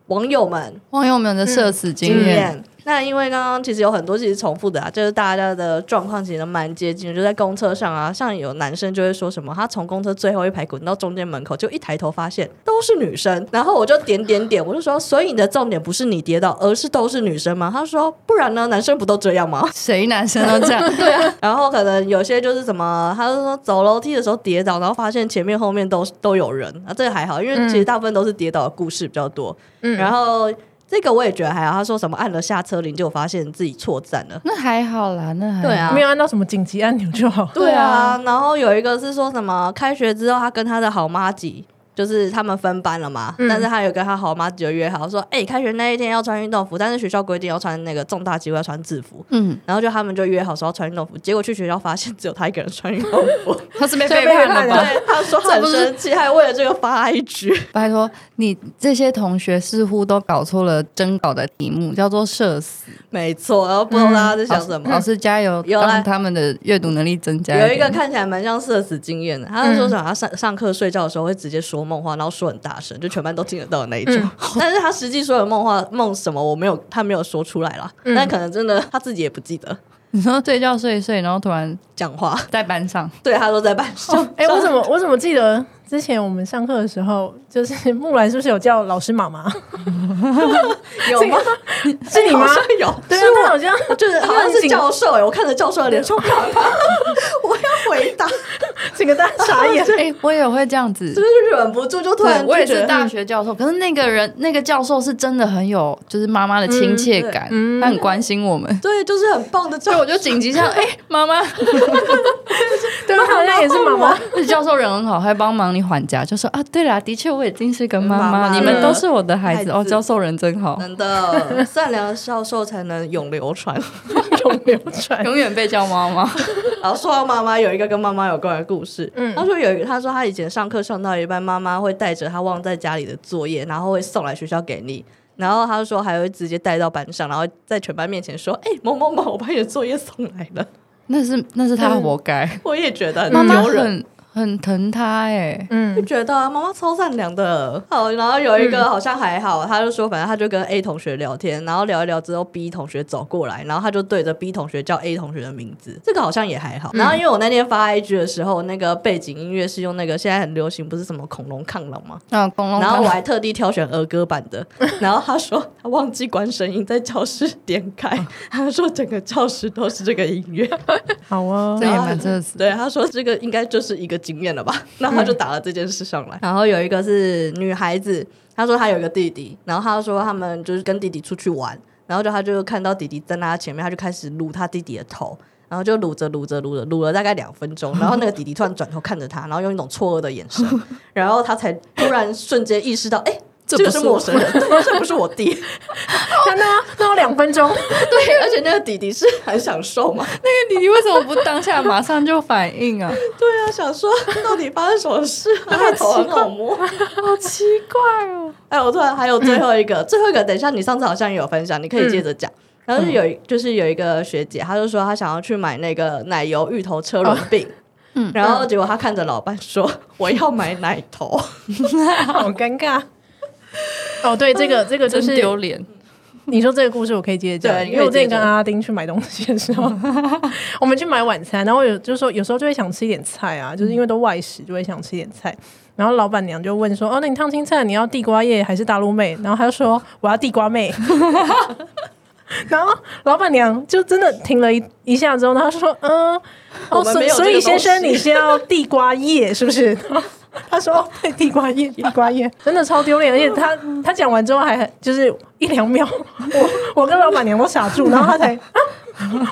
S2: 网友们
S1: 网友们的社死经
S2: 嗯经
S1: 验，
S2: 验。那因为刚刚其实有很多其实重复的啊，就是大家的状况其实蛮接近的，就在公车上啊，像有男生就会说什么，他从公车最后一排滚到中间门口，就一抬头发现都是女生，然后我就点点点，我就说，所以你的重点不是你跌倒，而是都是女生吗？他说，不然呢，男生不都这样吗？
S1: 谁男生都这样。
S2: *laughs* 对啊，然后可能有些就是什么，他就说走楼梯的时候跌倒，然后发现前面后面都都有人啊，这个还好，因为其实大部分都是跌倒的故事比较多。
S3: 嗯
S2: 然后这个我也觉得还好，他说什么按了下车铃，结果发现自己错站了。
S1: 那还好啦，那还好
S2: 对啊
S3: 没有按到什么紧急按钮就好。
S1: 对啊，
S2: 然后有一个是说什么开学之后，他跟他的好妈吉。就是他们分班了嘛，
S3: 嗯
S2: 但是他有跟他好妈吉就约好说，哎、开学那一天要穿运动服，但是学校规定要穿那个重大机会要穿制服，
S1: 嗯，
S2: 然后就他们就约好说要穿运动服，结果去学校发现只有他一个人穿运动服，
S1: 他是被
S3: 所以
S1: 背
S3: 被
S1: 叛
S3: 判
S1: 了吧？
S2: *laughs* 对，他说他很生气，还为了这个发 IG。
S1: 拜托，你这些同学似乎都搞错了征稿的题目，叫做社死。
S2: *laughs* 没错，然后不知道大家在想什
S1: 老
S2: 么。
S1: 师加油，
S2: 有啦
S1: 让他们的阅读能力增加
S2: 有一
S1: 点
S2: 个嗯看起来蛮像社死经验的，他是说什么？他上上课睡觉的时候会直接说梦话，然后说很大声，就全班都听得到的那一种
S3: 嗯。
S2: *laughs* 但是他实际说的梦话梦什么，我没有，他没有说出来啦。
S3: 嗯
S2: 但可能真的他自己也不记得
S1: 你说睡觉睡一睡，然后突然
S2: 讲话。 *laughs*
S1: 在班上，
S2: 对，他说在班上，
S3: 哎、我怎么我怎么记得之前我们上课的时候，就是木兰是不是有叫老师妈妈？
S2: *laughs* 有吗？哎
S3: 是你
S2: 好？
S3: 吗
S2: 像有，
S3: *laughs* 对啊
S2: 是，
S3: 他
S2: 我
S3: 好像
S2: 就是好像是
S3: 紧
S2: 教授哎，我看着教授的 *laughs* 脸说干嘛？我要回 *laughs* 答，
S3: 整个大家傻眼。
S1: 哎、我也会这样
S2: *laughs*
S1: 子，
S2: 就是忍不住就突
S1: 对
S2: 然，
S1: 我也
S2: 就觉
S1: 是
S2: 得嗯
S1: 大学教授，可是那个人那个教授是真的很有，就是妈妈的亲切感，
S3: 嗯对嗯
S1: 他很关心我们， *laughs*
S2: *laughs* 对，就是很棒的
S1: 所
S2: 教
S1: 以
S2: 授
S1: 我就紧急像 *laughs* 哎妈妈，
S3: *laughs* 对，他好像也是妈妈。
S1: 那教授人很好，还帮忙你还价，就说啊对啦，的确我已经是个妈
S2: 妈妈
S1: 妈，
S2: 了
S1: 你们都是我的孩子
S2: 孩
S1: 哦，
S2: 子嗯
S1: 教授人真好，
S2: 真的，善良的教授才能永流传。
S3: 永流传。
S1: 永远被叫妈妈，
S2: 然后说到妈妈，有一个跟妈妈有关的故事。
S3: 嗯
S2: 他说有一个，他说他以前上课上到一半，妈妈会带着他忘在家里的作业，然后会送来学校给你。然后他说还会直接带到班上，然后在全班面前说：“哎、某某某，我把你的作业送来了。
S1: 那是那是他活该”，
S2: 我也觉得很
S1: 妈妈
S2: 丢人。
S1: 很很疼他哎，
S3: 嗯
S2: 就，觉得啊妈妈超善良的，好，然后有一个好像还好，他就说，反正他就跟 A 同学聊天，然后聊一聊之后，B 同学走过来，然后他就对着 B 同学叫 A 同学的名字，这个好像也还好。然后因为我那天发 IG 的时候，那个背景音乐是用那个现在很流行，不是什么恐龙抗狼吗？
S1: 那恐龙
S2: 然
S1: 他
S2: 后我还特地挑选儿歌版的，然后他说他忘记关声音，在教室点开，他说整个教室都是这个音乐，
S3: 好哦
S1: 这。也蛮这 *laughs* 次
S2: 对，他说这个应该就是一个经验了吧，那他就打了这件事上来。嗯然后有一个是女孩子，她说她有一个弟弟，然后她说他们就是跟弟弟出去玩，然后就她就看到弟弟站在她前面，她就开始撸她弟弟的头。然后就撸着撸着撸着撸了大概两分钟，然后那个弟弟突然转头看着她，然后用一种错愕的眼 *laughs* 神，然后她才突然瞬间意识到，哎、
S1: 这
S2: 个
S1: 不
S2: 是
S1: 是
S2: 陌
S1: 我
S2: 生 *laughs* 人，对这不是我弟。
S3: 他那那我两分钟，
S2: 对，而且那个弟弟是很享受嘛，
S1: 那个弟弟为什么不当下马上就反应啊？
S2: 对啊，想说到底发生什么 *laughs* 事、啊，太头很 *laughs* 好摸。
S1: 好奇怪哦，
S2: 哎，我突然还有最后一个， *clears throat* 最后一个，等一下，你上次好像也有分享，你可以接着讲。然后就有一就是有一个学姐，她就说她想要去买那个奶油芋头车轮饼，
S1: 嗯
S2: 然后结果她看着老板说：“ *laughs* 我要买奶头。
S3: *laughs* 好尴尬。 *laughs* 哦，对，这个这个就
S1: 真
S3: 是
S1: 丢脸。
S3: 你说这个故事，我可以接着讲，
S2: 对
S3: 因为我之前
S2: 你可以接着
S3: 跟阿拉丁去买东西的 *laughs* 时候，我们去买晚餐，然后有就是说有时候就会想吃一点菜啊，就是因为都外食，就会想吃一点菜。然后老板娘就问说：“哦，那你烫青菜你要地瓜叶还是大陆妹？”然后他就说：“我要地瓜妹。”然后老板娘就真的停了一一下之后，她说：“嗯，
S2: 我
S3: 哦，
S2: 们
S3: 所
S2: 没有
S3: 所
S2: 这
S3: 以
S2: 个
S3: 先生
S2: 东西
S3: 你是要地瓜叶是不
S2: *laughs*
S3: 是？”然后他说：“哦，对，地瓜叶，地瓜叶，真的超丢脸。”而且他他讲完之后还很就是一两秒，我我跟老板娘都傻
S2: *laughs*
S3: 住，然后他才啊，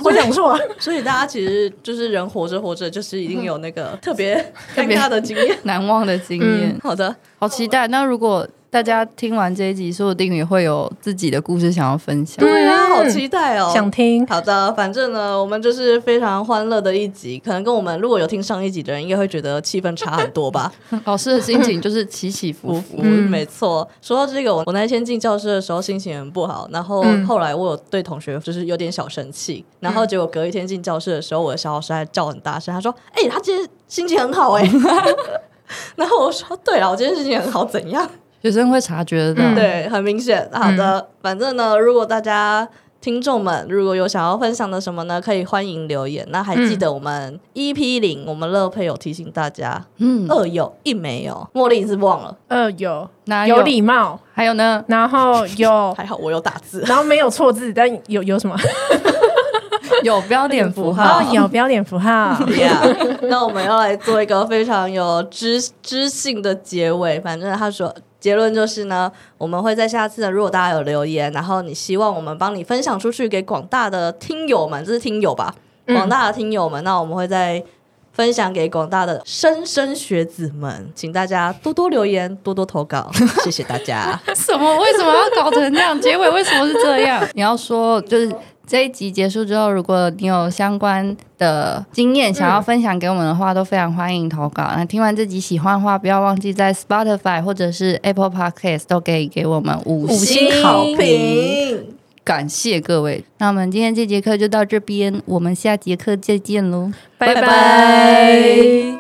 S3: 我讲错了。”
S2: 所以大家其实就是人活着活着，就是一定有那个特别尴尬的经 *laughs* 验。
S1: 难忘的经验，
S2: 好的，
S1: 好期待。那如果大家听完这一集，说不定也会有自己的故事想要分享。
S2: 对啊，好期待哦，
S3: 想听，
S2: 好的，反正呢，我们就是非常欢乐的一集，可能跟我们如果有听上一集的人，应该会觉得气氛差很多吧。
S1: 嗯老师的心情就是起起伏
S2: 不
S1: 伏。
S2: 服，没错。说到这个，我我那天进教室的时候心情很不好，然后后来我有对同学就是有点小生气，然后结果隔一天进教室的时候，我的小老师还叫很大声，他说：“哎、他今天心情很好哎、 *laughs* 然后我说：“对啊了，我今天心情很好，怎样？”
S1: 学生会察觉得到。
S3: 嗯
S2: 对，很明显。好的，反正呢，如果大家听众们如果有想要分享的什么呢，可以欢迎留言。那还记得我们 EP 零，我们乐佩有提醒大家，
S1: 嗯，
S2: 二有一没有，茉莉是忘了，
S3: 呃，有
S1: 哪
S3: 有礼貌，
S1: 还有呢？
S3: 然后
S2: *laughs*
S3: 有，
S2: 还好我有打字。
S3: 然后没有错字，但有有什么？
S1: 有标点符
S2: 好
S1: *laughs* 号。
S3: 哦，有标点
S2: *laughs*
S3: 符号。
S2: yeah，那我们要来做一个非常有知知性的结尾。反正他说结论就是呢，我们会在下次的，如果大家有留言，然后你希望我们帮你分享出去给广大的听友们，这是听友吧？
S3: 嗯
S2: 广大的听友们，那我们会在。分享给广大的莘莘学子们，请大家多多留言，多多投稿，谢谢大家。
S1: 什么？为什么要搞成这样？结尾为什么是这样？ *laughs* 你要说就是。这一集结束之后，如果你有相关的经验想要分享给我们的话，都非常欢迎投稿。那听完这集喜欢的话，不要忘记在 Spotify 或者是 Apple Podcast 都可以给我们五
S3: 五
S1: 星
S3: 星
S1: 好评。
S2: 评，
S1: 感谢各位，那我们今天这节课就到这边，我们下节课再见喽。
S3: 拜
S2: 拜
S3: 拜
S2: 拜